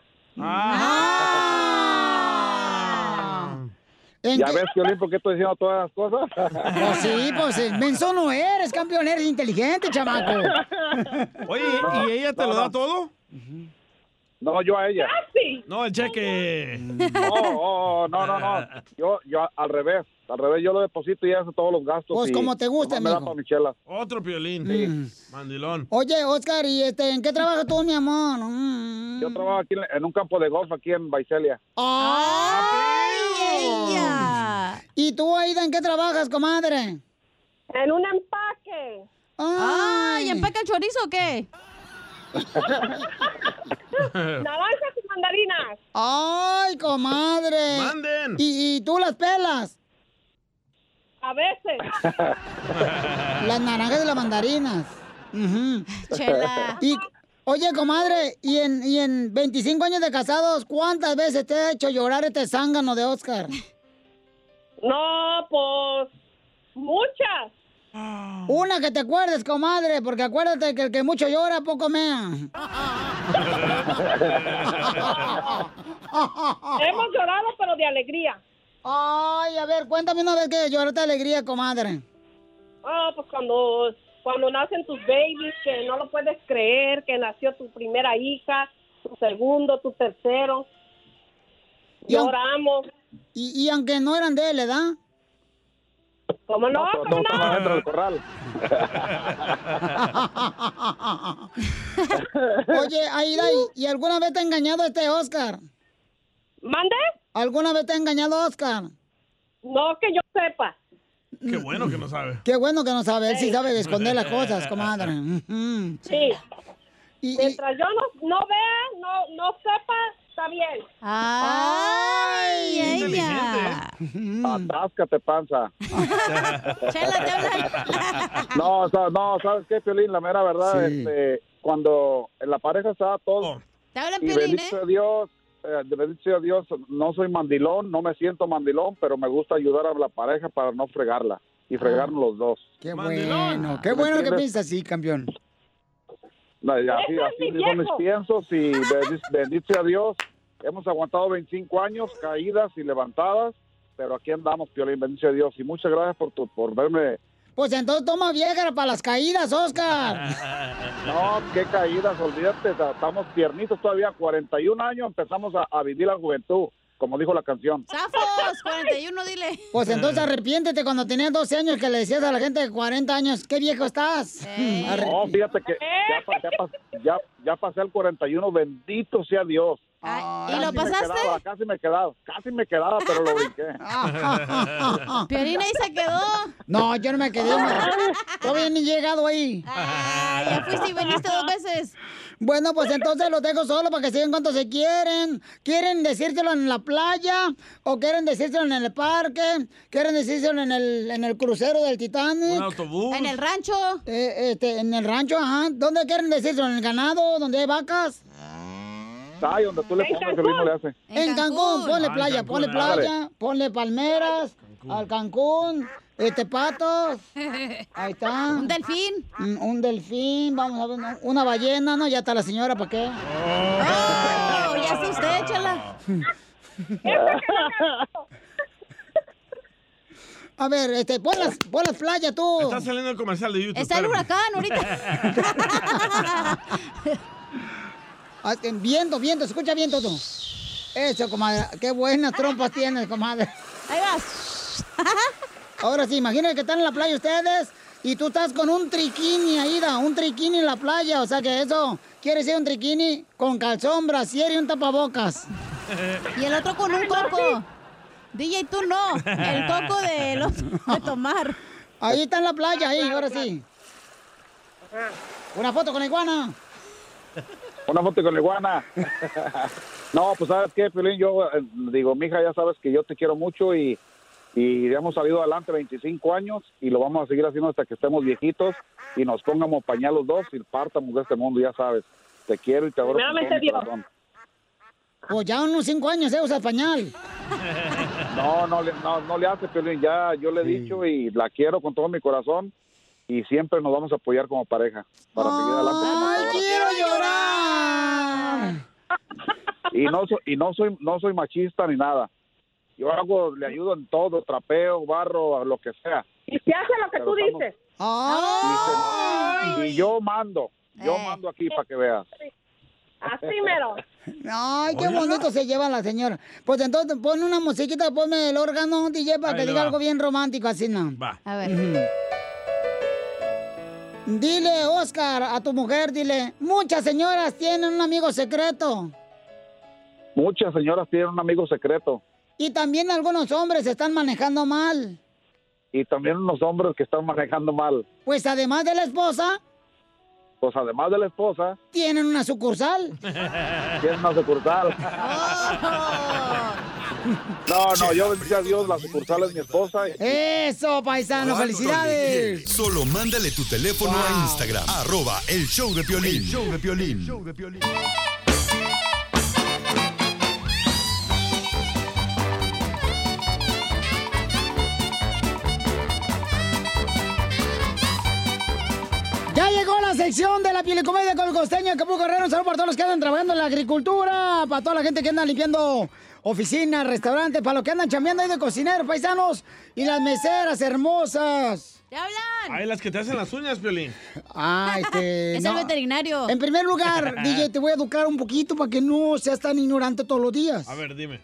Speaker 24: ¿Ya ves, Piolín, por qué estoy diciendo todas las cosas?
Speaker 2: *laughs* Pues sí, pues eh, menso no eres, campeón, eres inteligente, chamaco.
Speaker 3: Oye, ¿y ella te lo da todo?
Speaker 24: No, yo a ella.
Speaker 12: Ah,
Speaker 3: No, el cheque.
Speaker 24: No, oh, oh, no, no, no. Yo, yo al revés, al revés, yo lo deposito y ella hace todos los gastos.
Speaker 2: Pues
Speaker 24: y
Speaker 2: como te guste,
Speaker 24: nomás me da
Speaker 2: mijo.
Speaker 24: pa' mi chela.
Speaker 3: Otro piolín. Mandilón.
Speaker 2: Oye, Oscar, ¿y este, en qué trabajas tú, mi amor? Mm.
Speaker 24: Yo trabajo aquí en- en un campo de golf aquí en Baicelia.
Speaker 2: ¡Ay, ella! ¿Y tú, Aida, en qué trabajas, comadre? En un *laughs*
Speaker 6: *laughs*
Speaker 2: empaque.
Speaker 6: Ay, ¿empaca el chorizo o qué?
Speaker 12: Naranjas y mandarinas.
Speaker 2: ¡Ay, comadre!
Speaker 12: Manden.
Speaker 2: ¿Y, y tú las pelas?
Speaker 12: A veces.
Speaker 2: Las naranjas y las mandarinas. Ujú.
Speaker 12: Chela.
Speaker 2: Y, oye, comadre, y en, y en 25 años de casados, ¿cuántas veces te ha hecho llorar este zángano de Oscar?
Speaker 12: No, pues. Muchas.
Speaker 2: Ah. Una que te acuerdes, comadre, porque acuérdate que el que mucho llora, poco mea. *laughs* Ah.
Speaker 12: Hemos llorado, pero de alegría.
Speaker 2: Ay, a ver, cuéntame una vez que lloraste de alegría, comadre.
Speaker 12: Ah, pues cuando, cuando nacen tus babies, que no lo puedes creer, que nació tu primera hija, tu segundo, tu tercero.
Speaker 2: Y aun-
Speaker 12: Lloramos.
Speaker 2: Y, y aunque no eran de él, ¿verdad?
Speaker 12: ¿Cómo no?
Speaker 24: Todos
Speaker 12: ¿Cómo
Speaker 24: estamos
Speaker 12: no?
Speaker 24: dentro del
Speaker 3: *laughs*
Speaker 24: corral.
Speaker 2: Oye, Aida, ¿y, y alguna vez te ha engañado este Oscar?
Speaker 12: ¿Mande?
Speaker 2: ¿Alguna vez te ha engañado Oscar?
Speaker 12: No, que yo sepa.
Speaker 3: Qué bueno que no sabe.
Speaker 2: Qué bueno que no sabe, él sí sabe esconder las cosas,
Speaker 12: *laughs*
Speaker 2: comadre. Ujú.
Speaker 12: Sí. Mientras yo no, no vea, no, no sepa, está bien.
Speaker 6: ¡Ay,
Speaker 24: ella. Atáscate,
Speaker 2: *laughs*
Speaker 24: panza. *laughs* no, o sea, no, ¿sabes qué, Piolín? La mera verdad,
Speaker 1: Sí.
Speaker 24: este, cuando en la pareja estaba todo...
Speaker 6: *laughs* Te hablan
Speaker 24: Y
Speaker 6: Piolín,
Speaker 24: bendito sea Dios, eh, bendito sea Dios, no soy mandilón, no me siento mandilón, pero me gusta ayudar a la pareja para no fregarla
Speaker 2: Ah.
Speaker 24: y fregarnos los dos.
Speaker 2: Qué bueno, qué bueno que piensas así, campeón.
Speaker 24: No, y así
Speaker 2: ¡Eso es
Speaker 24: así
Speaker 2: mi
Speaker 24: son mis
Speaker 2: viejo!
Speaker 24: piensos
Speaker 2: *laughs*
Speaker 24: y bendi- bendito sea Dios, hemos aguantado 25 años, caídas y levantadas, pero aquí andamos, Piolín, bendito sea Dios. Y muchas gracias por, tu- por verme.
Speaker 2: Pues entonces toma Viagra para las
Speaker 24: *laughs*
Speaker 2: caídas, Oscar.
Speaker 24: No, qué caídas, olvídate, o sea, estamos tiernitos todavía, 41 años empezamos a, a vivir la juventud, como dijo la canción.
Speaker 6: Zafos, 41, dile.
Speaker 2: Pues entonces arrepiéntete cuando tenías 12 años que le decías a la gente de 40 años, qué viejo estás. *laughs* Arre-
Speaker 24: No, fíjate que ya, pa- ya pas- ya- ya pasé el 41, bendito sea Dios.
Speaker 6: ¿y lo
Speaker 24: Casi me
Speaker 6: pasaste?
Speaker 24: quedaba, casi me quedaba, casi me quedaba, pero lo
Speaker 2: *laughs*
Speaker 24: brinqué.
Speaker 6: Piolín ahí se quedó.
Speaker 2: No, yo no me quedé. no. Todavía ni he llegado ahí.
Speaker 6: Ah, ya fuiste y veniste dos veces.
Speaker 2: Bueno, pues entonces los dejo solo para que sigan cuanto se quieren. ¿Quieren decírtelo en la playa? ¿O quieren decírtelo en el parque? ¿Quieren decírtelo en el, en el crucero del Titanic?
Speaker 3: Un autobús. En el
Speaker 2: rancho? este, en el rancho, ajá. ¿Dónde quieren decírselo? ¿En el ganado? ¿Donde hay vacas?
Speaker 24: Ay, donde tú le pongas el ritmo le hace.
Speaker 2: En, Cancún. Ponle
Speaker 24: Ah, en
Speaker 2: playa,
Speaker 24: Cancún,
Speaker 2: ponle
Speaker 24: ándale.
Speaker 2: playa, ponle palmeras,
Speaker 3: Cancún.
Speaker 2: Al Cancún.
Speaker 6: *laughs*
Speaker 2: Este patos. Ahí está. Un
Speaker 6: delfín.
Speaker 2: Un delfín. Vamos a ver. ¿no? Una ballena, ¿no? Ya está la señora, ¿para qué?
Speaker 6: Oh, ya está usted, chala.
Speaker 2: *laughs* A ver, este, pon las, pon las playas tú.
Speaker 3: Está saliendo el comercial de YouTube.
Speaker 2: Está el
Speaker 3: espérame.
Speaker 2: huracán
Speaker 3: *laughs*
Speaker 2: Ah, eh, Viento, viento, se escucha viento tú. Eso, comadre. Qué buenas trompas tienes, comadre. Ahí vas. Ahora sí, imagínense que están en la playa ustedes y tú estás con un triquini, Aida, un triquini en la playa. O sea que eso quiere decir un triquini con calzón, brasier y un tapabocas.
Speaker 6: Y el otro con un coco. DJ, tú no. El coco de
Speaker 2: *laughs*
Speaker 6: los de tomar.
Speaker 2: Ahí está en la playa, ahí, ahora sí. Una foto con la iguana.
Speaker 24: Una foto con la iguana. no, pues sabes qué, Piolín, yo eh, digo, mija, ya sabes que yo te quiero mucho y, y hemos salido adelante 25 años y lo vamos a seguir haciendo hasta que estemos viejitos y nos pongamos pañalos dos y partamos de este mundo, ya sabes. Te quiero y te adoro. con todo mi
Speaker 2: Primeramente Dios.
Speaker 24: corazón.
Speaker 2: Pues ya unos cinco años, ¿eh? Usa pañal.
Speaker 24: No, no, le- no, no le hace, Piolín, ya yo le he dicho y la quiero con todo mi corazón y siempre nos vamos a apoyar como pareja para seguir adelante. como
Speaker 2: ¡Ay, quiero llorar!
Speaker 24: y no soy, y no soy no soy machista ni nada. Yo hago, le ayudo en todo, trapeo, barro, lo que sea.
Speaker 1: Y se hace lo que tú dices.
Speaker 24: Y yo mando, yo mando aquí para que veas.
Speaker 1: Así mero.
Speaker 2: Ay, qué bonito se lleva la señora. Pues entonces pon una musiquita, ponme el órgano, DJ, para
Speaker 25: Ahí
Speaker 2: que
Speaker 25: le
Speaker 2: diga
Speaker 25: va.
Speaker 2: algo bien romántico, así no.
Speaker 25: Va.
Speaker 6: A
Speaker 25: ver.
Speaker 2: Dile, Oscar, a tu mujer, dile, muchas señoras tienen un amigo secreto.
Speaker 24: Muchas señoras tienen un amigo secreto
Speaker 2: Y también algunos hombres están manejando mal.
Speaker 24: y también unos hombres que están manejando mal.
Speaker 2: Pues además de la esposa,
Speaker 24: Pues además de la esposa,
Speaker 2: tienen
Speaker 25: *laughs*
Speaker 2: una sucursal.
Speaker 24: tienen una sucursal. No, no, yo bendice a Dios, la sucursal es mi esposa. y-
Speaker 2: Eh. Eso, paisano, felicidades.
Speaker 8: Solo mándale tu teléfono a Instagram, arroba el show de Piolín. show de Piolín.
Speaker 2: Ya llegó la sección de la pielicomedia con el costeño de Acapulco Guerrero. Un saludo para todos los que andan trabajando en la agricultura, para toda la gente que anda limpiando oficinas, restaurantes, para los que andan chambeando ahí de cocineros, paisanos y las meseras hermosas.
Speaker 6: ¡Ya hablan!
Speaker 3: Ay, las que te hacen las uñas, Piolín.
Speaker 2: Ah,
Speaker 3: *laughs*
Speaker 2: este.
Speaker 6: Es el veterinario.
Speaker 2: En
Speaker 6: *laughs*
Speaker 2: primer *laughs* lugar, DJ, te voy a educar un poquito para que no seas tan ignorante todos los días.
Speaker 3: A ver, dime.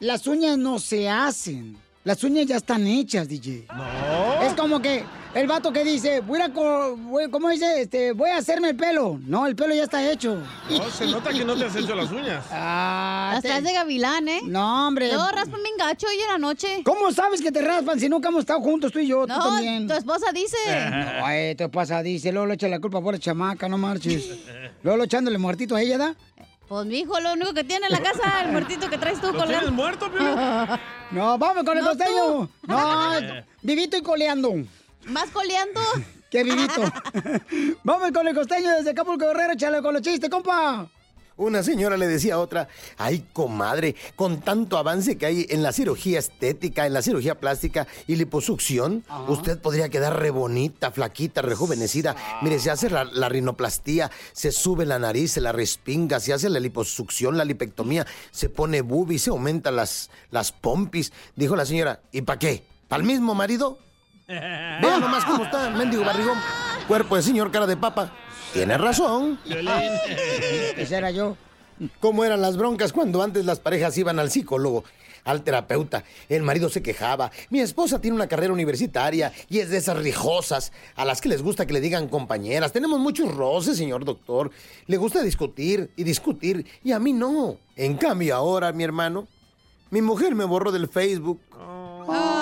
Speaker 2: Las uñas no se hacen. Las uñas ya están hechas, DJ.
Speaker 3: No.
Speaker 2: Es como que el vato que dice, voy a, co- voy- ¿cómo dice? Este, voy a hacerme el pelo. No, el pelo ya está hecho.
Speaker 3: No, se nota que no te has hecho las uñas.
Speaker 2: Ah,
Speaker 6: Las traes de gavilán, ¿eh?
Speaker 2: No, hombre.
Speaker 6: Luego raspan bien gacho hoy en la noche.
Speaker 2: ¿Cómo sabes que te raspan si nunca hemos estado juntos tú y yo?
Speaker 6: No,
Speaker 2: tú también.
Speaker 6: tu esposa dice.
Speaker 2: *laughs* No, eh, tu esposa dice, luego le echa la culpa por la chamaca,
Speaker 6: *laughs*
Speaker 2: no marches. luego lo echándole muertito a ella, ¿da?
Speaker 6: Pues mi hijo, lo único que tiene en la casa, el muertito que traes tú
Speaker 2: ¿Lo
Speaker 6: colgando.
Speaker 2: tienes muerto, Piolín? *laughs* No, vamos con el
Speaker 6: No,
Speaker 2: costeño.
Speaker 6: tú. *laughs*
Speaker 2: No, ah, vivito y coleando.
Speaker 6: Más coleando. *laughs*
Speaker 2: Qué vivito. *laughs* vamos con el costeño desde Acapulco Guerrero, chale con los chistes, compa.
Speaker 15: Una señora le decía a otra, ay comadre, con tanto avance que hay en la cirugía estética, en la cirugía plástica y liposucción, usted podría quedar re bonita, flaquita, rejuvenecida. Mire, se hace la, la rinoplastía, se sube la nariz, se la respinga, se hace la liposucción, la lipectomía, se pone boobies, se aumentan las, las pompis. Dijo la señora, ¿y para qué? ¿Para el mismo marido? *laughs* Vean nomás cómo está, mendigo barrigón. Cuerpo de señor, cara de papa. Tiene razón.
Speaker 2: Ese era yo.
Speaker 15: ¿Cómo eran las broncas cuando antes las parejas iban al psicólogo? Al terapeuta, el marido se quejaba. Mi esposa tiene una carrera universitaria y es de esas rijosas a las que les gusta que le digan compañeras. Tenemos muchos roces, señor doctor. Le gusta discutir y discutir y a mí no. En cambio, ahora, mi hermano, mi mujer me borró del Facebook.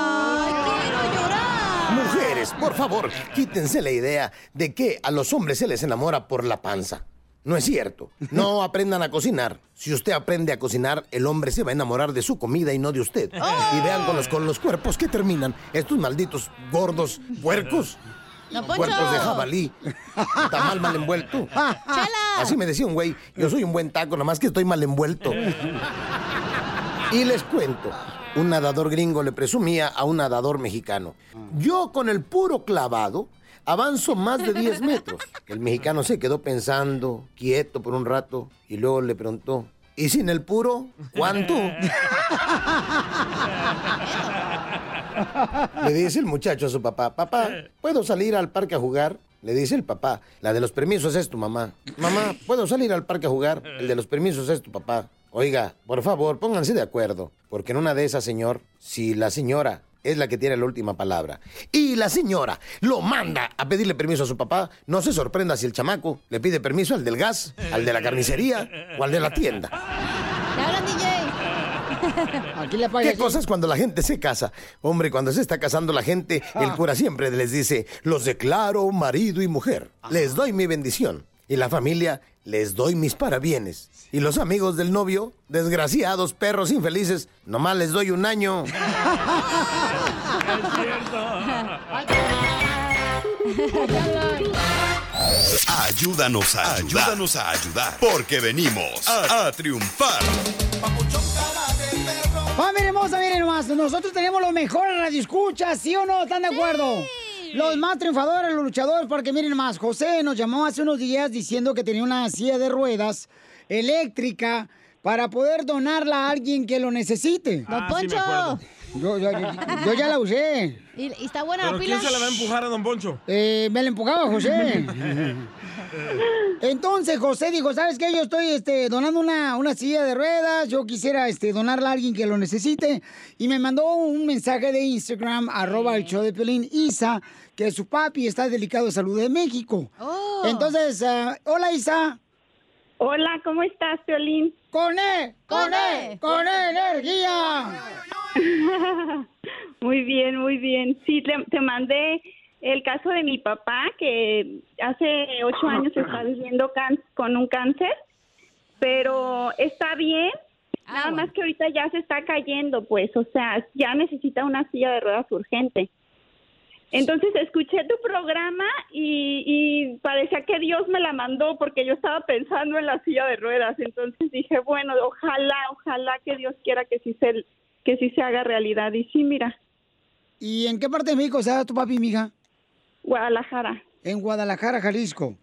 Speaker 6: *laughs*
Speaker 15: Mujeres, por favor, quítense la idea de que a los hombres se les enamora por la panza. No es cierto. No aprendan a cocinar. Si usted aprende a cocinar, el hombre se va a enamorar de su comida y no de usted. Y vean con los, con los cuerpos que terminan estos malditos gordos puercos.
Speaker 6: No, Poncho.
Speaker 15: Cuerpos de jabalí. Tamal mal envuelto. Así me decía un güey. Yo soy un buen taco, nomás que estoy mal envuelto. Y les cuento, un nadador gringo le presumía a un nadador mexicano. Yo con el puro clavado avanzo más de 10 metros. El mexicano se quedó pensando, quieto por un rato, y luego le preguntó, ¿y sin el puro? ¿Cuánto? Le dice el muchacho a su papá, papá, ¿puedo salir al parque a jugar? Le dice el papá, la de los permisos es tu mamá. Mamá, ¿puedo salir al parque a jugar? El de los permisos es tu papá. Oiga, por favor, pónganse de acuerdo, porque en una de esas, señor, si la señora es la que tiene la última palabra, y la señora lo manda a pedirle permiso a su papá, no se sorprenda si el chamaco le pide permiso al del gas, al de la carnicería o al de la tienda.
Speaker 2: Aquí le
Speaker 15: ¿Qué cosas cuando la gente se casa? Hombre, cuando se está casando la gente, el cura siempre les dice, los declaro marido y mujer, les doy mi bendición. Y la familia, les doy mis parabienes. Y los amigos del novio, desgraciados, perros infelices, nomás les doy un año.
Speaker 6: *laughs*
Speaker 1: Ayúdanos a ayudar. Ayúdanos a ayudar. Porque venimos a, a triunfar.
Speaker 2: Familia hermosa, miren nomás, nosotros tenemos los mejores radioescuchas, ¿sí o no? ¿Están de acuerdo? Los más triunfadores, los luchadores, porque miren nomás, José nos llamó hace unos días diciendo que tenía una silla de ruedas eléctrica para poder donarla a alguien que lo necesite.
Speaker 6: Ah, sí me acuerdo.
Speaker 2: yo, yo- yo- yo ya la usé.
Speaker 26: ¿Y, y está buena
Speaker 6: ¿Pero
Speaker 26: la
Speaker 6: quién
Speaker 26: pila?
Speaker 6: se la va a empujar a Don Poncho?
Speaker 2: Eh, me la empujaba
Speaker 6: *laughs*
Speaker 2: José. Entonces José dijo, ¿sabes qué? Yo estoy este, donando una, una silla de ruedas, yo quisiera este, donarla a alguien que lo necesite. Y me mandó un mensaje de Instagram, arroba el show de Piolín, Isa, que su papi está delicado de salud de México.
Speaker 6: Oh.
Speaker 1: Oh.
Speaker 2: Entonces, ah, hola Isa.
Speaker 12: Hola, ¿cómo estás, Piolín?
Speaker 2: Con E, con E, con E, energía.
Speaker 12: *laughs* Muy bien, muy bien. Sí, te, te mandé el caso de mi papá que hace ocho años está viviendo can- con un cáncer, pero está bien.
Speaker 2: Ah,
Speaker 12: Nada más que ahorita ya se está cayendo, pues, o sea, ya necesita una silla de ruedas urgente. Entonces escuché tu programa y, y parecía que Dios me la mandó porque yo estaba pensando en la silla de ruedas. Entonces dije, bueno, ojalá, ojalá que Dios quiera que sí se, que sí se haga realidad. Y sí, mira.
Speaker 2: ¿Y en qué parte de México está tu papi, mija?
Speaker 12: Guadalajara.
Speaker 2: En Guadalajara, Jalisco.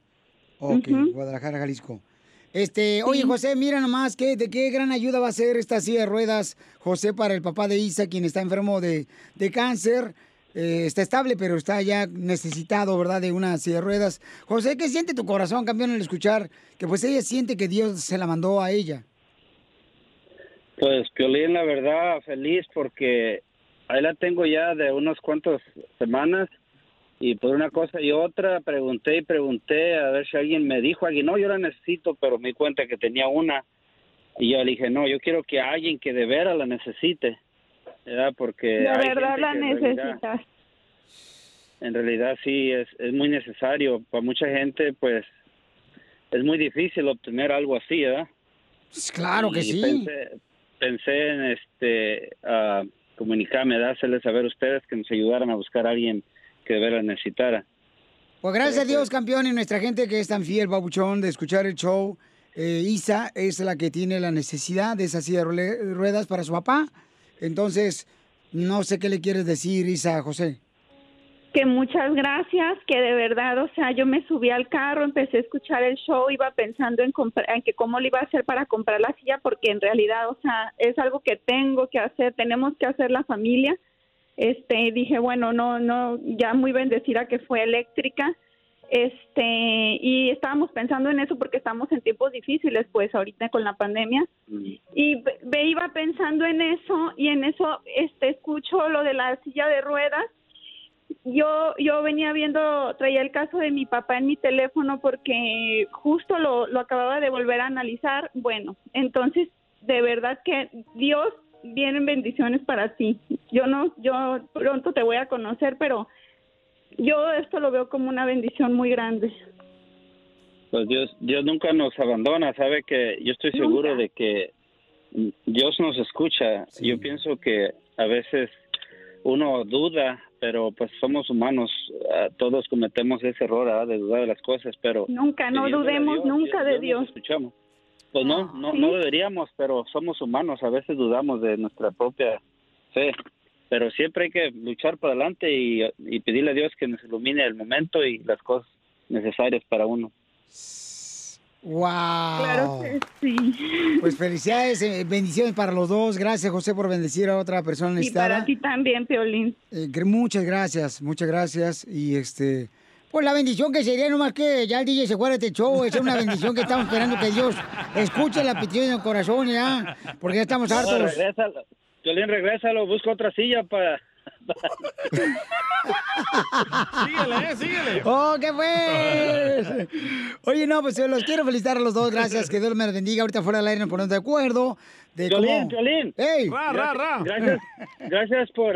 Speaker 2: Ok, Guadalajara, Jalisco. Este, oye,
Speaker 12: Sí.
Speaker 2: José, mira nomás que, de qué gran ayuda va a ser esta silla de ruedas, José, para el papá de Isa, quien está enfermo de, de cáncer. Eh, está estable, pero está ya necesitado, ¿verdad?, de una silla de ruedas. José, ¿qué siente tu corazón, campeón, al escuchar que pues ella siente que Dios se la mandó a ella?
Speaker 20: Pues Piolín, la verdad, feliz porque ahí la tengo ya de unas cuantas semanas y por una cosa y otra pregunté y pregunté a ver si alguien me dijo, alguien, no, yo la necesito, pero me di cuenta que tenía una y yo le dije, no, yo quiero que alguien que de veras la necesite, ¿verdad? Porque...
Speaker 12: De
Speaker 20: Eh, hay
Speaker 12: verdad
Speaker 20: gente
Speaker 12: la
Speaker 20: que en realidad-
Speaker 12: necesitas.
Speaker 20: en realidad sí es, es muy necesario para mucha gente pues es muy difícil obtener algo así ¿verdad?
Speaker 2: Pues claro que
Speaker 20: Y
Speaker 2: sí.
Speaker 20: pensé, pensé en este ah, comunicarme dárseles saber a ustedes que nos ayudaran a buscar a alguien que de veras necesitara
Speaker 2: Pues gracias a Dios, campeón, y nuestra gente que es tan fiel, babuchón, de escuchar el show. Eh, Isa es la que tiene la necesidad de esa silla de rule- ruedas para su papá. Entonces, no sé qué le quieres decir, Isa, a José.
Speaker 12: Que muchas gracias, que de verdad, o sea, yo me subí al carro, empecé a escuchar el show, iba pensando en, comprar- en que cómo le iba a hacer para comprar la silla, porque en realidad, o sea, es algo que tengo que hacer, tenemos que hacer la familia. Este, y dije, bueno, no, no, ya muy bendecida que fue eléctrica. Este, y estábamos pensando en eso porque estamos en tiempos difíciles, pues ahorita con la pandemia. y ve- ve- iba pensando en eso y en eso este escucho lo de la silla de ruedas yo yo venía viendo traía el caso de mi papá en mi teléfono porque justo lo lo acababa de volver a analizar bueno entonces de verdad que Dios vienen bendiciones para ti yo no yo pronto te voy a conocer pero yo esto lo veo como una bendición muy grande
Speaker 20: pues Dios Dios nunca nos abandona sabe que yo estoy seguro de que Dios nos escucha yo pienso que a veces uno duda pero pues somos humanos ah, todos cometemos ese error ¿verdad? de dudar de las cosas pero
Speaker 12: nunca no
Speaker 20: pidiéndole a
Speaker 12: dudemos
Speaker 20: Dios,
Speaker 12: nunca de
Speaker 20: Dios nos
Speaker 12: Dios
Speaker 20: escuchamos Pues no, no, no deberíamos, pero somos humanos, a veces dudamos de nuestra propia fe, pero siempre hay que luchar para adelante y, y pedirle a Dios que nos ilumine el momento y las cosas necesarias para uno.
Speaker 2: ¡Wow! Claro que sí. Pues felicidades, eh, bendiciones para los dos. Gracias, José, por bendecir a otra persona
Speaker 12: Y para
Speaker 2: necesitada.
Speaker 12: ti también, Piolín.
Speaker 2: Eh, gr- muchas gracias, muchas gracias. Y este, pues la bendición que sería nomás que ya el DJ se fuera de este show, esa es una bendición que estamos esperando que Dios escuche la petición del corazón ya, porque ya estamos
Speaker 20: No,
Speaker 2: hartos.
Speaker 20: regrésalo. Piolín, regrésalo, busca otra silla para...
Speaker 3: síguele, eh, síguele.
Speaker 2: ¡Oh, qué pues! Oye, no, pues eh, los quiero felicitar a los dos, gracias, que Dios me los bendiga. Ahorita fuera del aire nos ponemos de acuerdo. De
Speaker 20: Piolín,
Speaker 2: cómo-
Speaker 20: Piolín.
Speaker 2: ¡Ey!
Speaker 20: Gracias- Gracias, gracias
Speaker 2: *laughs*
Speaker 20: por,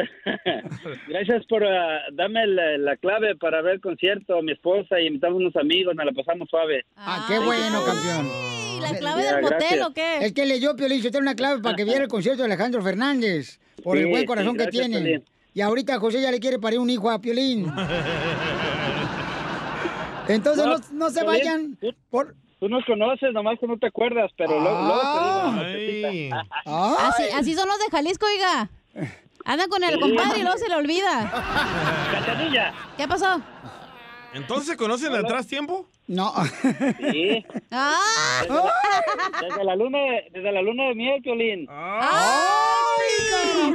Speaker 20: gracias por ah, darme la, la clave para ver el concierto. Mi esposa y invitamos unos amigos, nos la pasamos suave.
Speaker 2: Ah, qué bueno, campeón.
Speaker 6: ¿La
Speaker 20: clave del Ya, motel gracias. o
Speaker 2: qué? Es que leyó Piolín Sotelo una clave para que viera el concierto de Alejandro Fernández, por el
Speaker 20: Sí,
Speaker 2: buen
Speaker 20: sí,
Speaker 2: corazón que
Speaker 20: gracias,
Speaker 2: tiene.
Speaker 20: Piolín.
Speaker 2: Y ahorita José ya le quiere parir un hijo a
Speaker 3: *laughs*
Speaker 2: Piolín. *laughs* Entonces no, no se
Speaker 20: Piolín,
Speaker 2: vayan.
Speaker 20: Tú,
Speaker 2: tú
Speaker 20: nos conoces, nomás que no te acuerdas, pero lo-
Speaker 6: Ah.
Speaker 20: luego te digo, muchachita.
Speaker 6: Así, así son los de Jalisco, oiga. Anda con el
Speaker 20: Sí.
Speaker 6: compadre y luego se le
Speaker 20: *laughs*
Speaker 6: olvida. ¿Qué pasó?
Speaker 3: ¿Entonces se conocen de atrás tiempo?
Speaker 2: No.
Speaker 20: Sí.
Speaker 6: Ah.
Speaker 20: Desde, la, desde la luna, de- desde la luna de miel, Piolín.
Speaker 6: ¡Ay,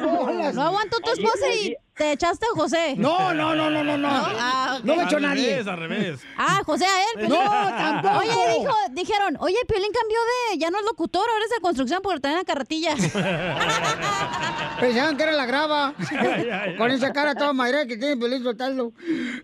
Speaker 6: carajo! No aguantó tu
Speaker 20: Allí,
Speaker 6: esposa y
Speaker 20: allí.
Speaker 6: te echaste a José.
Speaker 20: No, no, no, no, no, no.
Speaker 6: Ah, ok.
Speaker 20: No me echó Al nadie. revés, al
Speaker 3: revés.
Speaker 6: Ah, José a él. Piolín.
Speaker 20: No, tampoco.
Speaker 6: Oye, dijo, dijeron, oye, Piolín cambió de, ya no es locutor, ahora es de construcción porque traen la
Speaker 2: *laughs*
Speaker 6: carretilla.
Speaker 2: Pensaban que era la grava.
Speaker 3: *laughs*
Speaker 2: Con esa cara toda madre que tiene Piolín Sotelo.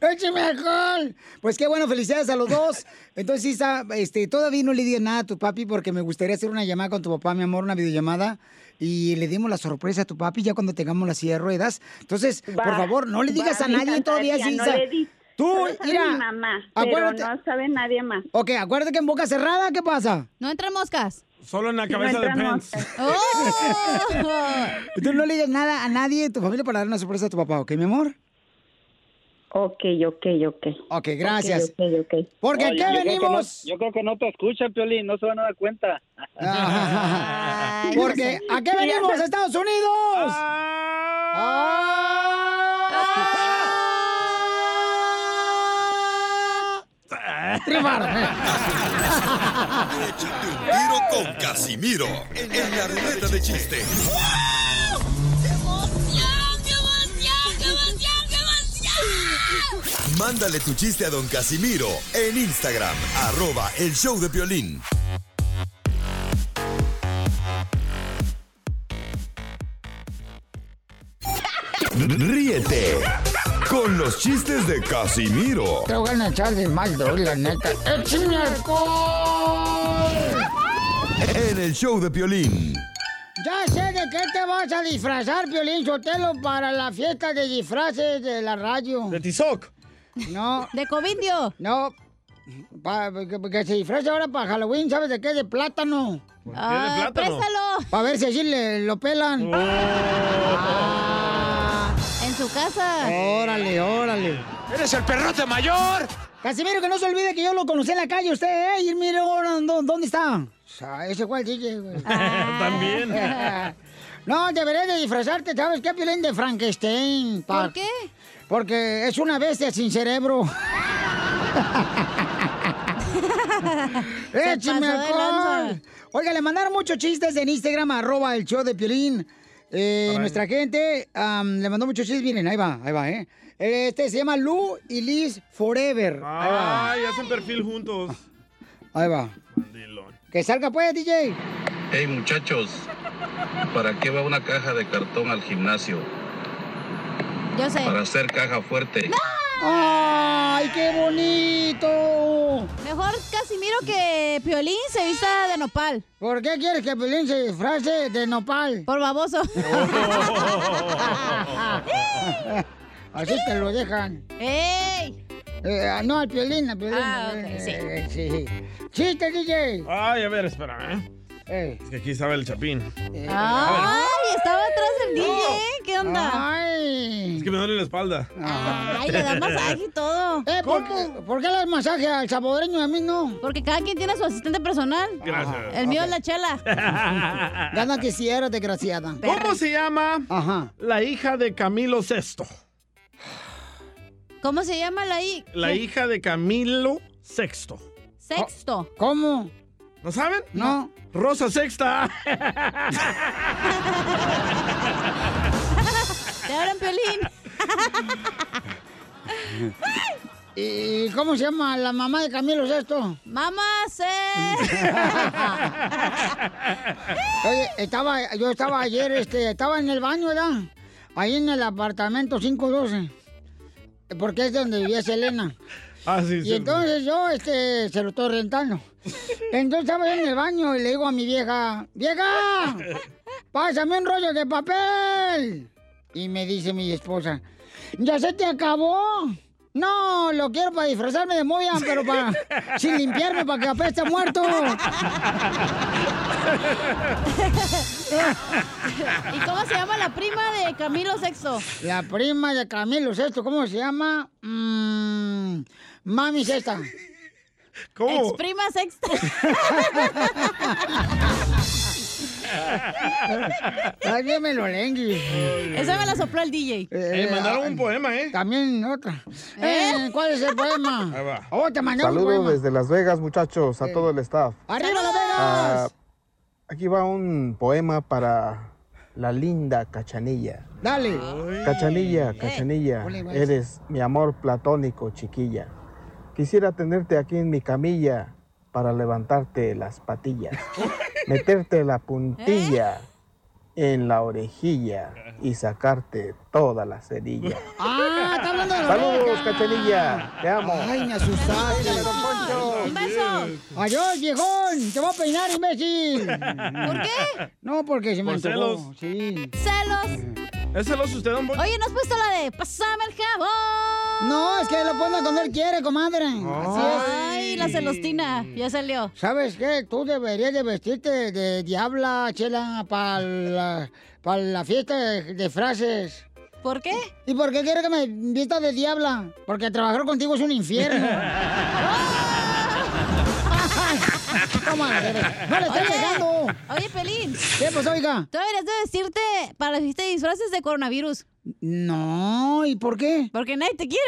Speaker 2: ¡Écheme alcohol! Pues qué bueno, felicidades a los dos. Entonces, Isa, este, todavía no le di nada a tu papi porque me gustaría hacer una llamada con tu papá, mi amor, una videollamada. Y le dimos la sorpresa a tu papi ya cuando tengamos la silla de ruedas. Entonces, por
Speaker 12: Va,
Speaker 2: favor, no le digas
Speaker 12: va,
Speaker 2: a
Speaker 12: me
Speaker 2: nadie todavía,
Speaker 12: encantaría, no
Speaker 2: Isa.
Speaker 12: le di.
Speaker 2: Tú,
Speaker 12: Solo sabe
Speaker 2: mira.
Speaker 12: mi mamá, pero
Speaker 2: acuérdate.
Speaker 12: no sabe nadie más.
Speaker 2: Ok, acuérdate que en boca cerrada, ¿qué pasa?
Speaker 6: No entran moscas.
Speaker 3: Solo en la cabeza de Pence. *laughs*
Speaker 2: ¡Oh! Tú no le digas nada a nadie de tu familia para dar una sorpresa a tu papá, ¿ok, mi amor?
Speaker 12: Ok, ok, ok.
Speaker 2: Ok, gracias.
Speaker 12: Ok, ok, ok.
Speaker 2: Porque
Speaker 20: No,
Speaker 2: aquí
Speaker 20: yo- yo creo que
Speaker 2: venimos.
Speaker 20: no- yo creo que no te escucha, Piolín, no se van a dar cuenta.
Speaker 2: Porque ¿a qué venimos, Estados
Speaker 12: Ah.
Speaker 2: Unidos? Ah,
Speaker 8: ¡Ah!
Speaker 2: Triunfar.
Speaker 8: Échate un tiro con Casimiro en la ruleta de chiste. Mándale tu chiste a don Casimiro en Instagram, arroba el show de violín.
Speaker 9: Ríete con los chistes de Casimiro
Speaker 2: Te voy a echar de mal, doy, la neta. ¡Eh, ¡Échame alcohol!
Speaker 9: en el show de Piolín.
Speaker 2: Ya sé de qué te vas a disfrazar, Piolín Sotelo, para la fiesta de disfraces de la radio. ¿De Tizoc? No.
Speaker 6: ¿De Covindio?
Speaker 2: No. Pa- que, que se disfrace ahora para Halloween, ¿sabes de qué? De plátano.
Speaker 6: qué de Ay, plátano? Ah, Oh. préstalo.
Speaker 2: Para ver si así le, lo pelan.
Speaker 6: Ah, En su casa.
Speaker 2: *laughs* Eh, Órale, órale. ¡Eres el perrote mayor! Casimiro, que no se olvide que yo lo conocí en la calle usted, ¿eh? Y mire ahora dó- dónde está. O sea, ese fue el DJ, güey.
Speaker 1: También.
Speaker 2: *laughs* No, deberías de disfrazarte, ¿sabes qué? Piolín de Frankenstein.
Speaker 6: ¿Por qué?
Speaker 2: Porque es una bestia sin cerebro. *laughs*
Speaker 1: Se
Speaker 2: ¡Écheme
Speaker 1: pasó de
Speaker 2: alcohol!
Speaker 1: lanza.
Speaker 2: Oiga, le mandaron muchos chistes en Instagram, arroba el show de Piolín. Eh,
Speaker 1: Caray.
Speaker 2: nuestra gente am, le mandó muchos chistes. Miren, ahí va, ahí va, ¿eh? Este se llama Lu y Liz Forever. Ahí va,
Speaker 3: Ay, hacen perfil juntos.
Speaker 2: ahí va. Que salga pues, DJ.
Speaker 15: Hey muchachos, ¿para qué va una caja de cartón al gimnasio?
Speaker 6: Yo sé.
Speaker 15: Para hacer caja fuerte.
Speaker 2: ¡Ay, qué bonito!
Speaker 6: Mejor Casimiro que Piolín se vista de nopal.
Speaker 2: ¿Por qué quieres que Piolín se disfrace de nopal?
Speaker 6: Por baboso.
Speaker 2: *laughs* Así te lo dejan.
Speaker 6: ¡Ey!
Speaker 2: Eh, no, al piolín, al piolín.
Speaker 6: Ah, ok,
Speaker 2: Eh,
Speaker 6: sí.
Speaker 2: eh, sí. Chiste, DJ.
Speaker 3: Ay, a ver, espérame. ¿eh? Es que aquí estaba el chapín.
Speaker 6: ¡Ay! Estaba atrás del DJ. ¿Qué onda?
Speaker 2: Ay.
Speaker 3: Es que me duele la espalda.
Speaker 6: Ay,
Speaker 3: *laughs*
Speaker 6: le da masaje y todo.
Speaker 2: Eh, ¿por qué, por qué le das masaje al salvadoreño y a mí no?
Speaker 6: Porque cada quien tiene su asistente personal.
Speaker 3: Gracias.
Speaker 6: El mío es la
Speaker 2: *laughs*
Speaker 6: chela.
Speaker 2: Gana que si eres desgraciada.
Speaker 3: ¿Cómo se llama la hija de Camilo VI?
Speaker 6: ¿Cómo se llama la I?
Speaker 3: La hija de Camilo VI.
Speaker 2: Oh.
Speaker 6: Sexto.
Speaker 2: ¿Cómo?
Speaker 3: ¿No saben?
Speaker 2: No.
Speaker 3: Rosa
Speaker 2: *laughs*
Speaker 3: Sexta.
Speaker 6: *laughs* Te hablan pelín.
Speaker 2: *laughs* ¿Y cómo se llama la mamá de Camilo Sesto?
Speaker 6: Mamá se.
Speaker 2: *laughs* Oye, estaba, yo estaba ayer, este, estaba en el baño, ¿verdad? Ahí en el apartamento 512. Porque es donde vivía Selena.
Speaker 3: Ah, sí,
Speaker 2: Y entonces yo este, se lo
Speaker 3: *laughs*
Speaker 2: estoy rentando. Entonces estaba yo en el baño y le digo a mi vieja, vieja, pásame un rollo de papel. Y me dice mi esposa, ya se te acabó. No, lo quiero para disfrazarme de Moyan, pero para sin limpiarme para que apeste a muerto.
Speaker 6: *laughs* ¿Y cómo se llama la prima de Camilo Sexto?
Speaker 2: La prima de Camilo Sexto, ¿cómo se llama? Mm, mami Sexta.
Speaker 6: Ex prima sexta.
Speaker 2: *laughs* Ay, bien me lo lengui.
Speaker 6: Esa me la sopló el DJ.
Speaker 3: Eh, mandaron un
Speaker 2: poema, ¿eh? También otra. Eh, ¿Cuál es el poema?
Speaker 3: *laughs* Ahí va.
Speaker 2: Oh, te mandaron un
Speaker 17: Saludos
Speaker 2: poema.
Speaker 17: desde Las Vegas, muchachos, a todo el staff.
Speaker 2: ¡Arriba Las
Speaker 17: Ah,
Speaker 2: Vegas!
Speaker 17: aquí va un poema para la linda Cachanilla.
Speaker 2: Dale.
Speaker 17: Cachanilla, Cachanilla,
Speaker 2: ponle más.
Speaker 17: eres mi amor platónico, chiquilla. Quisiera tenerte aquí en mi camilla para levantarte las patillas, meterte la puntilla en la orejilla y sacarte toda la cerilla.
Speaker 2: *laughs* ¡Ah, está hablando de la
Speaker 17: Saludos,
Speaker 2: oreja.
Speaker 17: Cachanilla, te amo.
Speaker 2: Ay, me asustaste.
Speaker 6: Un beso.
Speaker 2: Adiós, viejón. Te voy a peinar, imbécil.
Speaker 3: *laughs*
Speaker 6: ¿Por qué?
Speaker 2: No, porque se me
Speaker 3: Por
Speaker 2: antojó.
Speaker 3: celos.
Speaker 2: Sí.
Speaker 6: Celos.
Speaker 3: ¿Es celoso usted, don Poncho?
Speaker 6: Oye, ¿no has puesto la de Pásame el jabón?
Speaker 2: No, es que lo pone cuando él quiere, comadre. Así es.
Speaker 6: Ay, la celostina. Ya salió.
Speaker 2: ¿Sabes qué? Tú deberías de vestirte de diabla, chela, para la, pa' la fiesta de, de frases.
Speaker 6: ¿Por qué?
Speaker 2: ¿Y por qué quiere que me vista de diabla? Porque trabajar contigo es un infierno. Ah. Comadre, *laughs* no le
Speaker 6: Oye,
Speaker 2: estés pegando.
Speaker 6: *laughs* Oye, Pelín.
Speaker 2: ¿Qué pasó, oiga?
Speaker 6: Tú deberías de vestirte para las fiestas de disfraces de coronavirus.
Speaker 2: No, ¿y por qué?
Speaker 6: Porque nadie te quiere.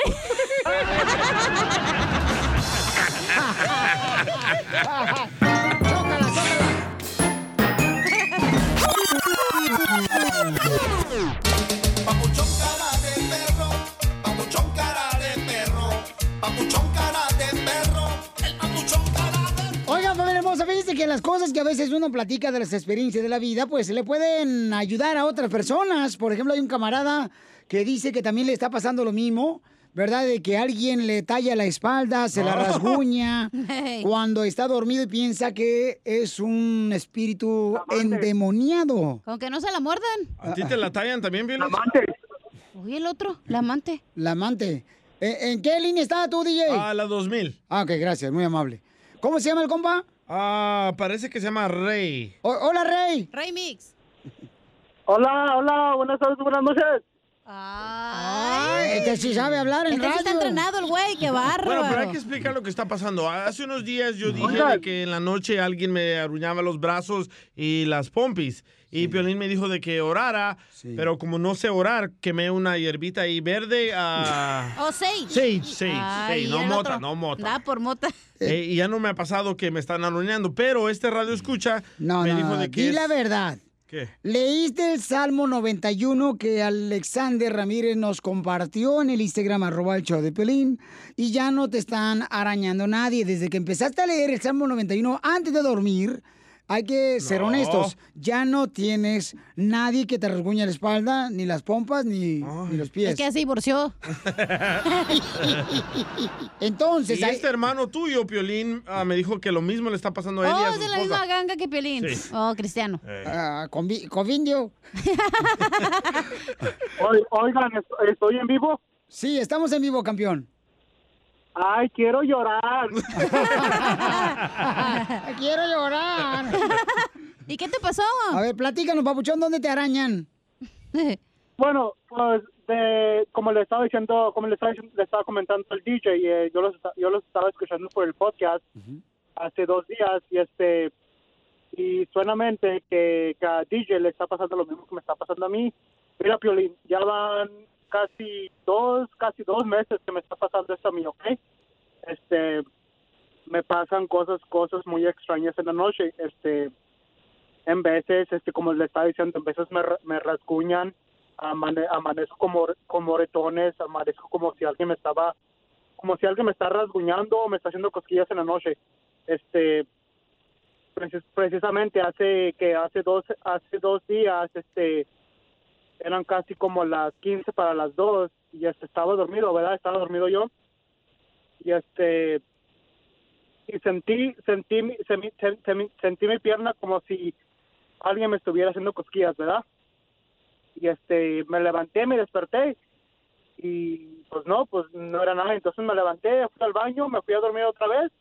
Speaker 1: Papuchón cara de perro, papuchón cara de perro, el papuchón cara de
Speaker 2: Oigan, familia hermosa, fíjense que las cosas que a veces uno platica de las experiencias de la vida, pues le pueden ayudar a otras personas. Por ejemplo, hay un camarada que dice que también le está pasando lo mismo, ¿verdad? De que alguien le talla la espalda, se la
Speaker 6: Oh.
Speaker 2: rasguña,
Speaker 6: Hey.
Speaker 2: cuando está dormido y piensa que es un espíritu endemoniado.
Speaker 6: Con que no se la muerdan.
Speaker 3: ¿A ti te *laughs* la tallan también, Violet?
Speaker 6: Oye, el otro, la amante.
Speaker 2: La amante. ¿E, ¿En, en qué línea está tú, DJ?
Speaker 3: A la 2000.
Speaker 2: Ah, ok, gracias, muy amable. ¿Cómo se llama el compa?
Speaker 3: Ah, parece que se llama Rey.
Speaker 2: O- hola, Rey.
Speaker 6: Rey Mix.
Speaker 18: Hola, hola, buenas tardes, buenas noches.
Speaker 2: Ay, este sí sabe hablar en
Speaker 6: Este sí está
Speaker 2: radio.
Speaker 6: entrenado el güey, qué bárbaro.
Speaker 3: Bueno, pero hay que explicar lo que está pasando. Hace unos días yo dije
Speaker 6: Oigan.
Speaker 3: de que en la noche alguien me arruñaba los brazos y las pompis. Y Piolín me dijo de que orara, pero como no sé orar, quemé una hierbita ahí verde.
Speaker 2: *laughs*
Speaker 3: ah,
Speaker 6: O seis.
Speaker 3: Sage, sage,
Speaker 6: Ay,
Speaker 3: sage. No
Speaker 6: era Ah, el
Speaker 3: mota,
Speaker 6: otro.
Speaker 3: no mota.
Speaker 6: Da por mota.
Speaker 3: Eh, y ya no me ha pasado que me están arruinando, pero este radio escucha
Speaker 2: No,
Speaker 3: me
Speaker 2: no,
Speaker 3: dijo
Speaker 2: no,
Speaker 3: de que
Speaker 2: di
Speaker 3: es-
Speaker 2: la verdad.
Speaker 3: ¿Qué?
Speaker 2: ¿Leíste el Salmo 91 que Alexander Ramírez nos compartió en el Instagram arroba el show de Pelín? Y ya no te están arañando nadie. Desde que empezaste a leer el Salmo 91 antes de dormir, hay que ser
Speaker 22: No.
Speaker 2: honestos. Ya no tienes nadie que te rasguñe la espalda, ni las pompas, ni, ni los pies.
Speaker 6: Es que ya se divorció.
Speaker 2: *laughs* Entonces,
Speaker 3: Y
Speaker 2: ahí-
Speaker 3: este hermano tuyo, Piolín, ah, me dijo que lo mismo le está pasando a él y a
Speaker 6: Oh,
Speaker 3: su
Speaker 6: es de la
Speaker 3: esposa.
Speaker 6: misma ganga que Piolín.
Speaker 3: Sí.
Speaker 6: Oh, Cristiano.
Speaker 2: Ah, convi-
Speaker 18: *laughs*
Speaker 2: convindio.
Speaker 18: Oigan, ¿est- ¿estoy en vivo?
Speaker 2: Sí, estamos en vivo, campeón.
Speaker 18: Ay, quiero
Speaker 2: *laughs*
Speaker 18: llorar.
Speaker 2: *laughs* Quiero llorar.
Speaker 6: *laughs* ¿Y qué te pasó?
Speaker 2: A ver, platícanos, papuchón, ¿dónde te arañan?
Speaker 18: Bueno, pues de, como le estaba diciendo, como le estaba, dic- le estaba comentando el DJ, eh, yo, los, esta- yo los estaba escuchando por el podcast hace dos días y este y suenamente que, que a DJ le está pasando lo mismo que me está pasando a mí. Mira, Piolín, ya van casi dos, casi dos meses que me está pasando esto a mí, ¿ok? Este, me pasan cosas, cosas muy extrañas en la noche. Este, en veces, este, como le estaba diciendo, en veces me, ra- me rasguñan, amane- amanezco como, como retones, amanezco como si alguien me estaba, como si alguien me está rasguñando o me está haciendo cosquillas en la noche. Este, precis- precisamente hace que hace dos, hace dos días, este, eran casi como las 15 para las 2 y este, estaba dormido, ¿verdad? Estaba dormido yo. Y este, y sentí sentí mi- se mi- se- se mi- sentí mi pierna como si alguien me estuviera haciendo cosquillas verdad y este me levanté me desperté y pues no pues no era nada entonces me levanté fui al baño me fui a dormir otra vez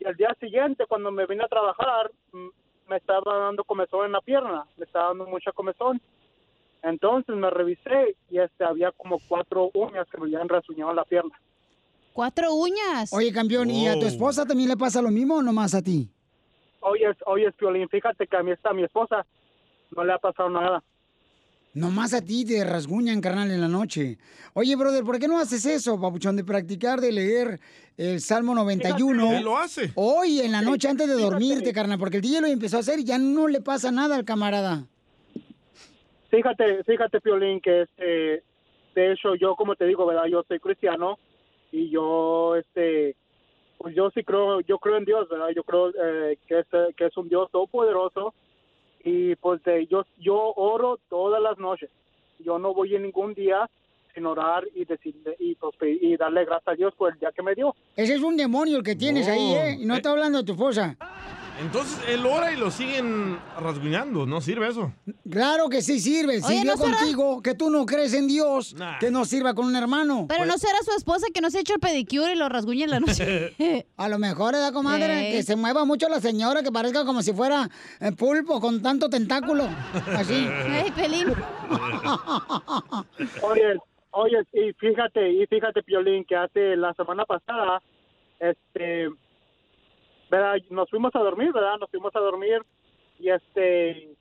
Speaker 18: y al día siguiente cuando me vine a trabajar mm, me estaba dando comezón en la pierna me estaba dando mucha comezón entonces me revisé y este había como cuatro uñas que me habían rasguñado la pierna
Speaker 2: *laughs* Cuatro uñas. Oye, campeón, ¿y a tu esposa también le pasa lo mismo o nomás a ti?
Speaker 18: Oye, oye, Piolín, fíjate que a mí está mi esposa. No le ha pasado nada.
Speaker 2: Nomás a ti te rasguñan, carnal, en la noche. Oye, brother, ¿por qué no haces eso, papuchón, de practicar, de leer el Salmo 91?
Speaker 3: Él lo hace.
Speaker 2: Hoy en la noche antes de dormirte, carnal, porque el DJ lo empezó a hacer y ya no le pasa nada al camarada.
Speaker 18: Fíjate, fíjate, Piolín, que este, de hecho, yo, como te digo, ¿verdad? Yo soy cristiano y yo, este, pues yo sí creo, yo creo en Dios, ¿verdad? Yo creo eh, que, es, eh, que es un Dios todopoderoso y pues de, yo, yo oro todas las noches. Yo no voy en ningún día sin orar y decirle y, pues, pe- y darle gracias a Dios por el día que me dio.
Speaker 2: Ese es un demonio el que tienes
Speaker 3: Oh.
Speaker 2: ahí, ¿eh? Y no está hablando de tu esposa.
Speaker 3: Entonces él ora y lo siguen rasguñando. ¿No sirve eso?
Speaker 2: Claro que sí sirve,
Speaker 6: Oye,
Speaker 2: sirvió
Speaker 6: ¿no será-
Speaker 2: contigo, que tú no crees en Dios,
Speaker 3: Nah. Pues
Speaker 2: que no sirva con un hermano.
Speaker 6: Pero no será su esposa que no se ha hecho el pedicure y lo rasguña en la noche.
Speaker 2: *laughs* A lo mejor, ¿verdad, comadre?
Speaker 6: Ey.
Speaker 2: Que se mueva mucho la señora, que parezca como si fuera eh, pulpo con tanto tentáculo.
Speaker 6: *laughs*
Speaker 2: Así.
Speaker 6: Ey, Pelín.
Speaker 18: *laughs* Oye, oye, y fíjate, y fíjate, Piolín, que hace la semana pasada, este, ¿verdad? Nos fuimos a dormir, ¿verdad? Nos fuimos a dormir y este,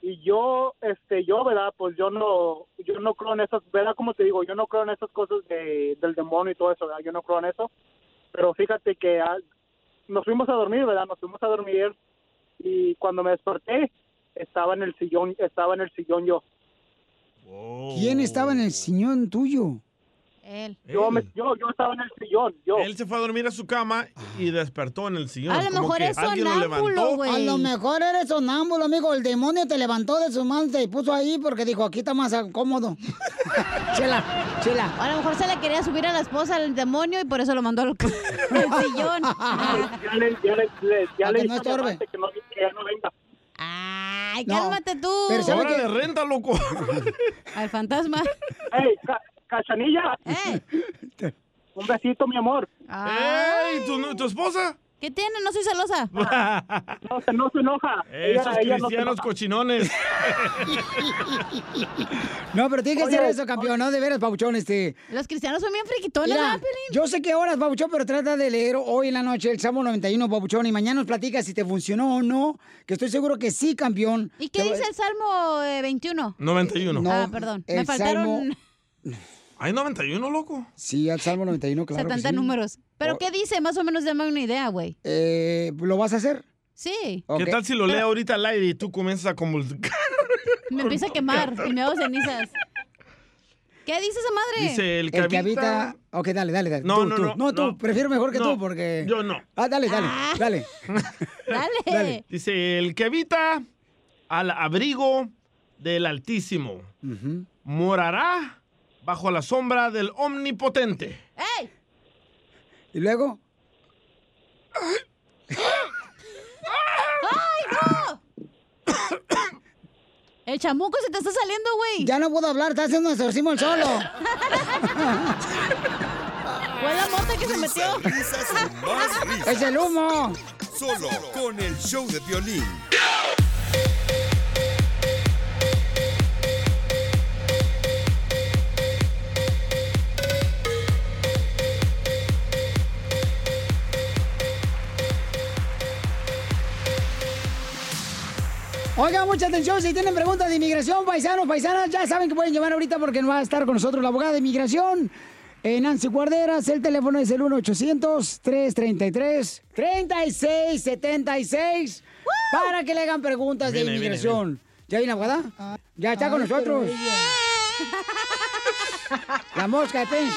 Speaker 18: y yo, este, yo, ¿verdad? Pues yo no, yo no creo en esas, ¿verdad? Como te digo, yo no creo en esas cosas de, del demonio y todo eso, ¿verdad? Yo no creo en eso, pero fíjate que ah, nos fuimos a dormir, ¿verdad? Nos fuimos a dormir y cuando me desperté, estaba en el sillón, estaba en el sillón yo.
Speaker 2: *laughs* ¿Quién estaba en el sillón tuyo?
Speaker 6: Él.
Speaker 18: Yo, me- yo, yo estaba en el sillón, yo.
Speaker 3: Él se fue a dormir a su cama y despertó en el sillón. Como que alguien lo levantó.
Speaker 2: A lo mejor eres sonámbulo, amigo. El demonio te levantó de su mano, te puso ahí porque dijo, aquí está más cómodo. *laughs* chela, chela.
Speaker 6: A lo mejor se le quería subir a la esposa al demonio y por eso lo mandó al *laughs* al
Speaker 2: *laughs*
Speaker 6: sillón.
Speaker 18: Ya le, ya le, le- ya le
Speaker 6: que
Speaker 18: dije
Speaker 6: no
Speaker 18: a mi
Speaker 6: estorbe.
Speaker 18: amante que no, que ya no venga.
Speaker 6: Ay,
Speaker 18: No.
Speaker 6: cálmate tú.
Speaker 18: Pero ¿sabe Ahora qué? le
Speaker 3: renta,
Speaker 2: *laughs*
Speaker 3: loco.
Speaker 6: Al fantasma.
Speaker 18: ¡Ey, ca- cachanilla! *laughs* Un besito, mi amor.
Speaker 6: Ay.
Speaker 3: ¿Tu, no- tu esposa?
Speaker 6: ¿Qué tiene? No
Speaker 3: *laughs*
Speaker 6: soy celosa.
Speaker 18: No, se- no se enoja.
Speaker 3: Esos
Speaker 18: ella no se
Speaker 3: cristianos
Speaker 18: enoja.
Speaker 3: cochinones.
Speaker 2: No, pero tiene que
Speaker 6: Oye,
Speaker 2: hacer eso, campeón, no de veras, Pauchón, este.
Speaker 6: Los cristianos son bien friquitones,
Speaker 2: Mira,
Speaker 6: ¿verdad, Pelín?
Speaker 2: yo sé que horas, Pauchón, pero trata de leer hoy en la noche el Salmo 91, Pauchón, y mañana nos platicas si te funcionó o no, que estoy seguro que sí, campeón.
Speaker 6: ¿Y qué
Speaker 2: Te-
Speaker 6: dice el Salmo eh, 21?
Speaker 3: 91.
Speaker 2: No,
Speaker 6: ah, perdón. Me
Speaker 2: el
Speaker 6: faltaron
Speaker 3: *laughs* ¿Hay 91, loco?
Speaker 2: Sí, al Salmo 91, claro. que
Speaker 6: 70
Speaker 2: sí. Oh.
Speaker 6: números. ¿Pero qué dice? Más o menos dame una idea, güey.
Speaker 2: Eh, ¿Lo vas a hacer?
Speaker 6: Sí.
Speaker 3: ¿Qué tal si lo
Speaker 6: Pero
Speaker 3: lee ahorita al aire y tú comienzas a convulsar?
Speaker 6: Me empieza a quemar y me hago cenizas. ¿Qué dice esa madre?
Speaker 3: Dice, el que El que habita- habita-
Speaker 2: Ok, dale, dale, dale.
Speaker 3: No,
Speaker 2: tú,
Speaker 3: no,
Speaker 2: tú.
Speaker 3: no,
Speaker 2: tú,
Speaker 3: no.
Speaker 2: prefiero mejor que
Speaker 3: No,
Speaker 2: tú, porque.
Speaker 3: yo no.
Speaker 2: Ah, dale, dale, dale.
Speaker 6: Dale.
Speaker 3: Dice, el que habita al abrigo del Altísimo morará bajo la sombra del Omnipotente.
Speaker 6: ¡Ey!
Speaker 2: ¿Y luego?
Speaker 6: ¡Ay, no! El chamuco se te está saliendo, güey.
Speaker 2: Ya no puedo hablar, está haciendo exorcismo el
Speaker 6: *laughs*
Speaker 2: solo. *laughs*
Speaker 6: Fue la mota que se metió.
Speaker 8: Más risas.
Speaker 2: ¡Es el humo!
Speaker 8: Solo con el show de violín.
Speaker 2: Oiga, mucha atención, si tienen preguntas de inmigración, paisanos, paisanas, ya saben que pueden llamar ahorita porque no va a estar con nosotros la abogada de inmigración. eh, Nancy Guarderas, el teléfono es el 1-800-333-3676 para que le hagan preguntas
Speaker 1: Viene,
Speaker 2: de
Speaker 1: viene,
Speaker 2: inmigración. ¿Ya viene la abogada? ya está con
Speaker 1: ay, qué
Speaker 2: nosotros.
Speaker 1: bella.
Speaker 2: La mosca, de pez.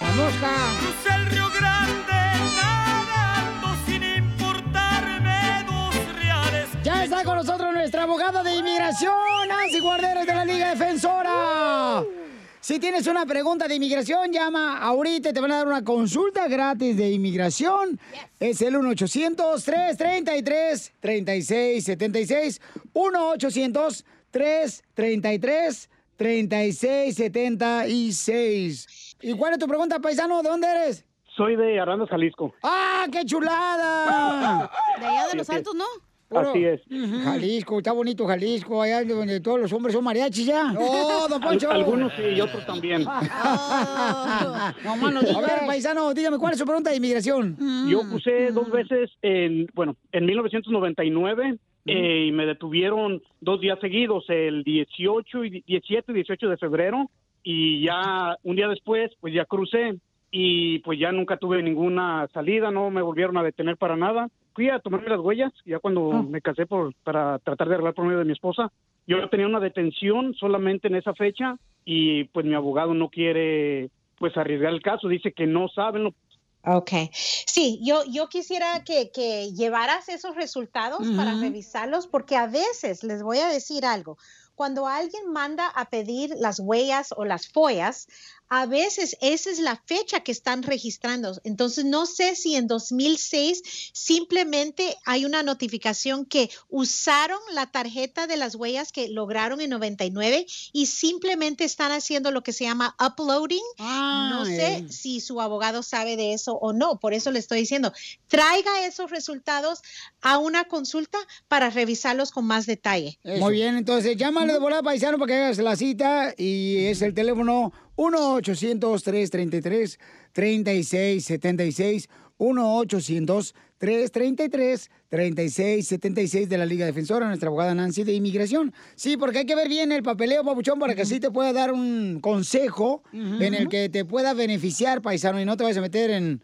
Speaker 2: La mosca.
Speaker 1: Crucé el Río Grande nadando sin importarme dos reales.
Speaker 2: Ya está con nosotros nuestra abogada de inmigración, Nancy Guarderas de la Liga Defensora. Si tienes una pregunta de inmigración, llama ahorita, te van a dar una consulta gratis de inmigración. Es el 1-800-333-3676. 1-800-333-3676. ¿Y cuál es tu pregunta, paisano? ¿De dónde eres?
Speaker 19: Soy de Arandas, Jalisco.
Speaker 2: ¡Ah, qué chulada!
Speaker 6: De
Speaker 2: *laughs*
Speaker 6: allá de los
Speaker 19: Así es.
Speaker 6: altos, ¿no?
Speaker 19: Así es.
Speaker 2: Ujú. Jalisco, está bonito Jalisco, allá donde todos los hombres son mariachis ya. ¡Oh, don
Speaker 19: Al-
Speaker 2: Poncho!
Speaker 19: algunos sí y
Speaker 2: *laughs*
Speaker 19: otros también.
Speaker 2: No, mano, a ver, paisano, dígame, ¿cuál es su pregunta de inmigración?
Speaker 19: Yo puse dos veces en, bueno, en 1999 eh, y me detuvieron dos días seguidos, el 18 y 17 y 18 de febrero y ya un día después pues ya crucé y pues ya nunca tuve ninguna salida, no me volvieron a detener para nada. Fui a tomarme las huellas ya cuando me casé por, para tratar de arreglar por medio de mi esposa. Yo tenía una detención solamente en esa fecha y pues mi abogado no quiere pues arriesgar el caso, dice que no saben lo
Speaker 21: Ok. Sí, yo, yo quisiera que, que llevaras esos resultados para Ujú. revisarlos, porque a veces les voy a decir algo. Cuando alguien manda a pedir las huellas o las follas, a veces esa es la fecha que están registrando. Entonces, no sé si en 2006 simplemente hay una notificación que usaron la tarjeta de las huellas que lograron en 99 y simplemente están haciendo lo que se llama uploading. no sé eh. si su abogado sabe de eso o no, por eso le estoy diciendo, traiga esos resultados a una consulta para revisarlos con más detalle.
Speaker 2: Muy bien, entonces llámale de volada, paisano, para que hagas la cita y es el teléfono 1-800-333-3676. 1-800-333-3676 de la Liga Defensora, nuestra abogada Nancy de Inmigración. Sí, porque hay que ver bien el papeleo, papuchón, para que así te pueda dar un consejo
Speaker 1: Ujú.
Speaker 2: en el que te pueda beneficiar, paisano, y no te vayas a meter en,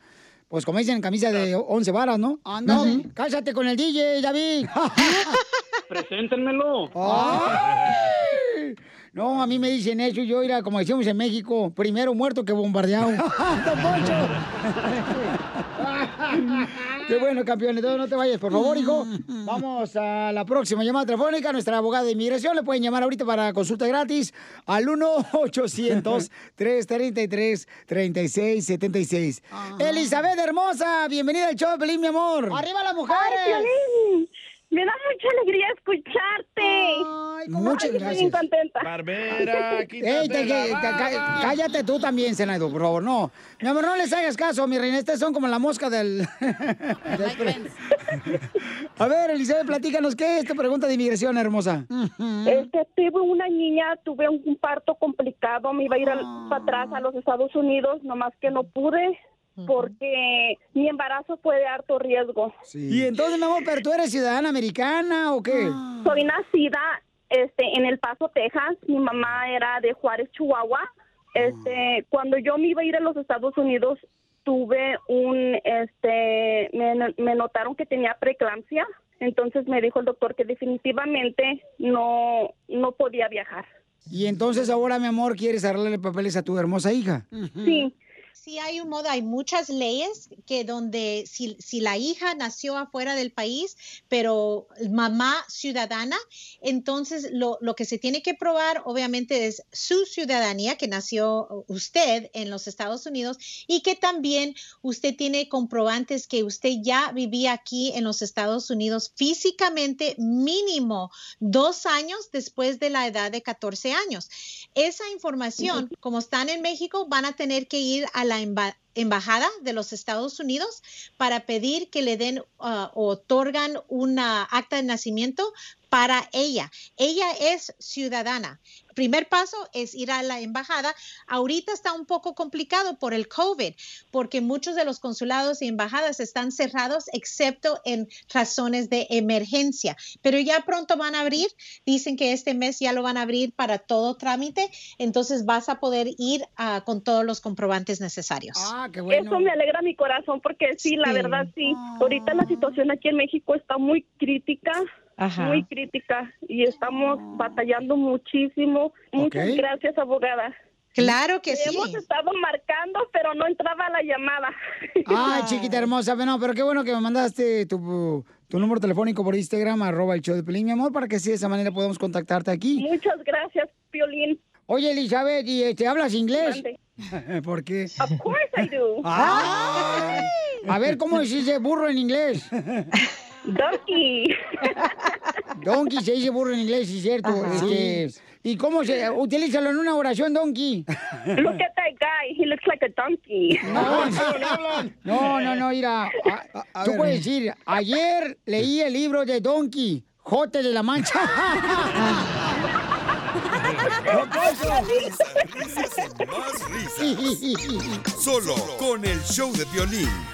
Speaker 2: pues como dicen, en camisa de 11 varas, ¿no? No, cállate con el DJ, David. Ah.
Speaker 19: Preséntenmelo.
Speaker 2: ¡Ay! No, a mí me dicen eso y yo era, como decimos en México, primero muerto que bombardeado. *laughs* ¡Don Poncho! *laughs* Qué bueno, campeón. Entonces no te vayas, por favor, *laughs* hijo. Vamos a la próxima llamada telefónica. Nuestra abogada de inmigración le pueden llamar ahorita para consulta gratis al 1-800-333-3676. Elizabeth hermosa, bienvenida al show, de Pelín, mi amor. ¡Arriba las mujeres!
Speaker 22: Me da mucha alegría escucharte.
Speaker 2: Muchas
Speaker 22: Ay, estoy
Speaker 2: gracias.
Speaker 22: bien contenta.
Speaker 2: Ey, te- que- te- ca- cállate tú también, Senado, por favor, no. Mi amor, no les hagas caso, mi reina, estas son como la mosca del... del pre- *laughs* A ver, Elizabeth, platícanos, ¿qué es tu pregunta de inmigración, hermosa?
Speaker 22: Este, tuve una niña, tuve un, un parto complicado, me iba a ir al-
Speaker 2: Ah.
Speaker 22: para atrás a los Estados Unidos, nomás que no pude porque mi embarazo fue de alto riesgo.
Speaker 2: Y entonces, mi amor, ¿pero tú eres ciudadana americana o qué?
Speaker 22: Ah. Soy nacida este, en El Paso, Texas. Mi mamá era de Juárez, Chihuahua.
Speaker 21: Mm.
Speaker 22: Este, cuando yo me iba a ir a los Estados Unidos, tuve un, este, me, no- me notaron que tenía preeclampsia. Entonces me dijo el doctor que definitivamente no, no podía viajar.
Speaker 2: Y entonces ahora, mi amor, quieres arreglarle papeles a tu hermosa hija.
Speaker 22: Sí.
Speaker 21: Sí hay un modo, hay muchas leyes que donde si, si la hija nació afuera del país, pero mamá ciudadana, entonces lo, lo que se tiene que probar obviamente es su ciudadanía, que nació usted en los Estados Unidos y que también usted tiene comprobantes que usted ya vivía aquí en los Estados Unidos físicamente mínimo dos años después de la edad de 14 años. Esa información, como están en México, van a tener que ir a la emba- embajada de los Estados Unidos uh, para pedir que le den ah, o otorgan una acta de nacimiento para ella. Ella es ciudadana. El primer paso es ir a la embajada. Ahorita está un poco complicado por el COVID, porque muchos de los consulados y embajadas están cerrados excepto en razones de emergencia, pero ya pronto van a abrir. Dicen que este mes ya lo van a abrir para todo trámite, entonces vas a poder ir ah, con todos los comprobantes necesarios.
Speaker 12: Eso me alegra mi corazón porque sí, la
Speaker 21: Sí. Ah.
Speaker 12: verdad sí. Ahorita la situación aquí en México está muy crítica,
Speaker 21: Ajá. Ah.
Speaker 12: muy crítica y estamos batallando muchísimo. Muchas
Speaker 21: Ok.
Speaker 12: gracias, abogada.
Speaker 21: Claro que sí.
Speaker 12: Hemos estado marcando, pero no entraba la llamada.
Speaker 2: Ay, chiquita hermosa, no, pero qué bueno que me mandaste tu, tu número telefónico por Instagram, arroba el show de Pelín, mi amor, para que así de esa manera podamos contactarte aquí.
Speaker 12: Muchas gracias, Piolín.
Speaker 2: Oye, Elizabeth, ¿y este, hablas inglés? *laughs* ¿Por qué? Of
Speaker 12: course I do.
Speaker 2: A ver, ¿cómo se dice burro en inglés?
Speaker 12: Donkey.
Speaker 2: Donkey se dice burro en inglés, sí, cierto.
Speaker 12: Ajá.
Speaker 2: Este, ¿Y cómo se...? Utilízalo en una oración, donkey.
Speaker 12: Look at that guy. He looks like a donkey.
Speaker 2: No, No, no, no, mira. a-
Speaker 12: a
Speaker 2: tú
Speaker 12: ver.
Speaker 2: puedes decir, ayer leí el libro de Donkey, Jote de la Mancha. ¡No,
Speaker 8: Solo con el show de violín.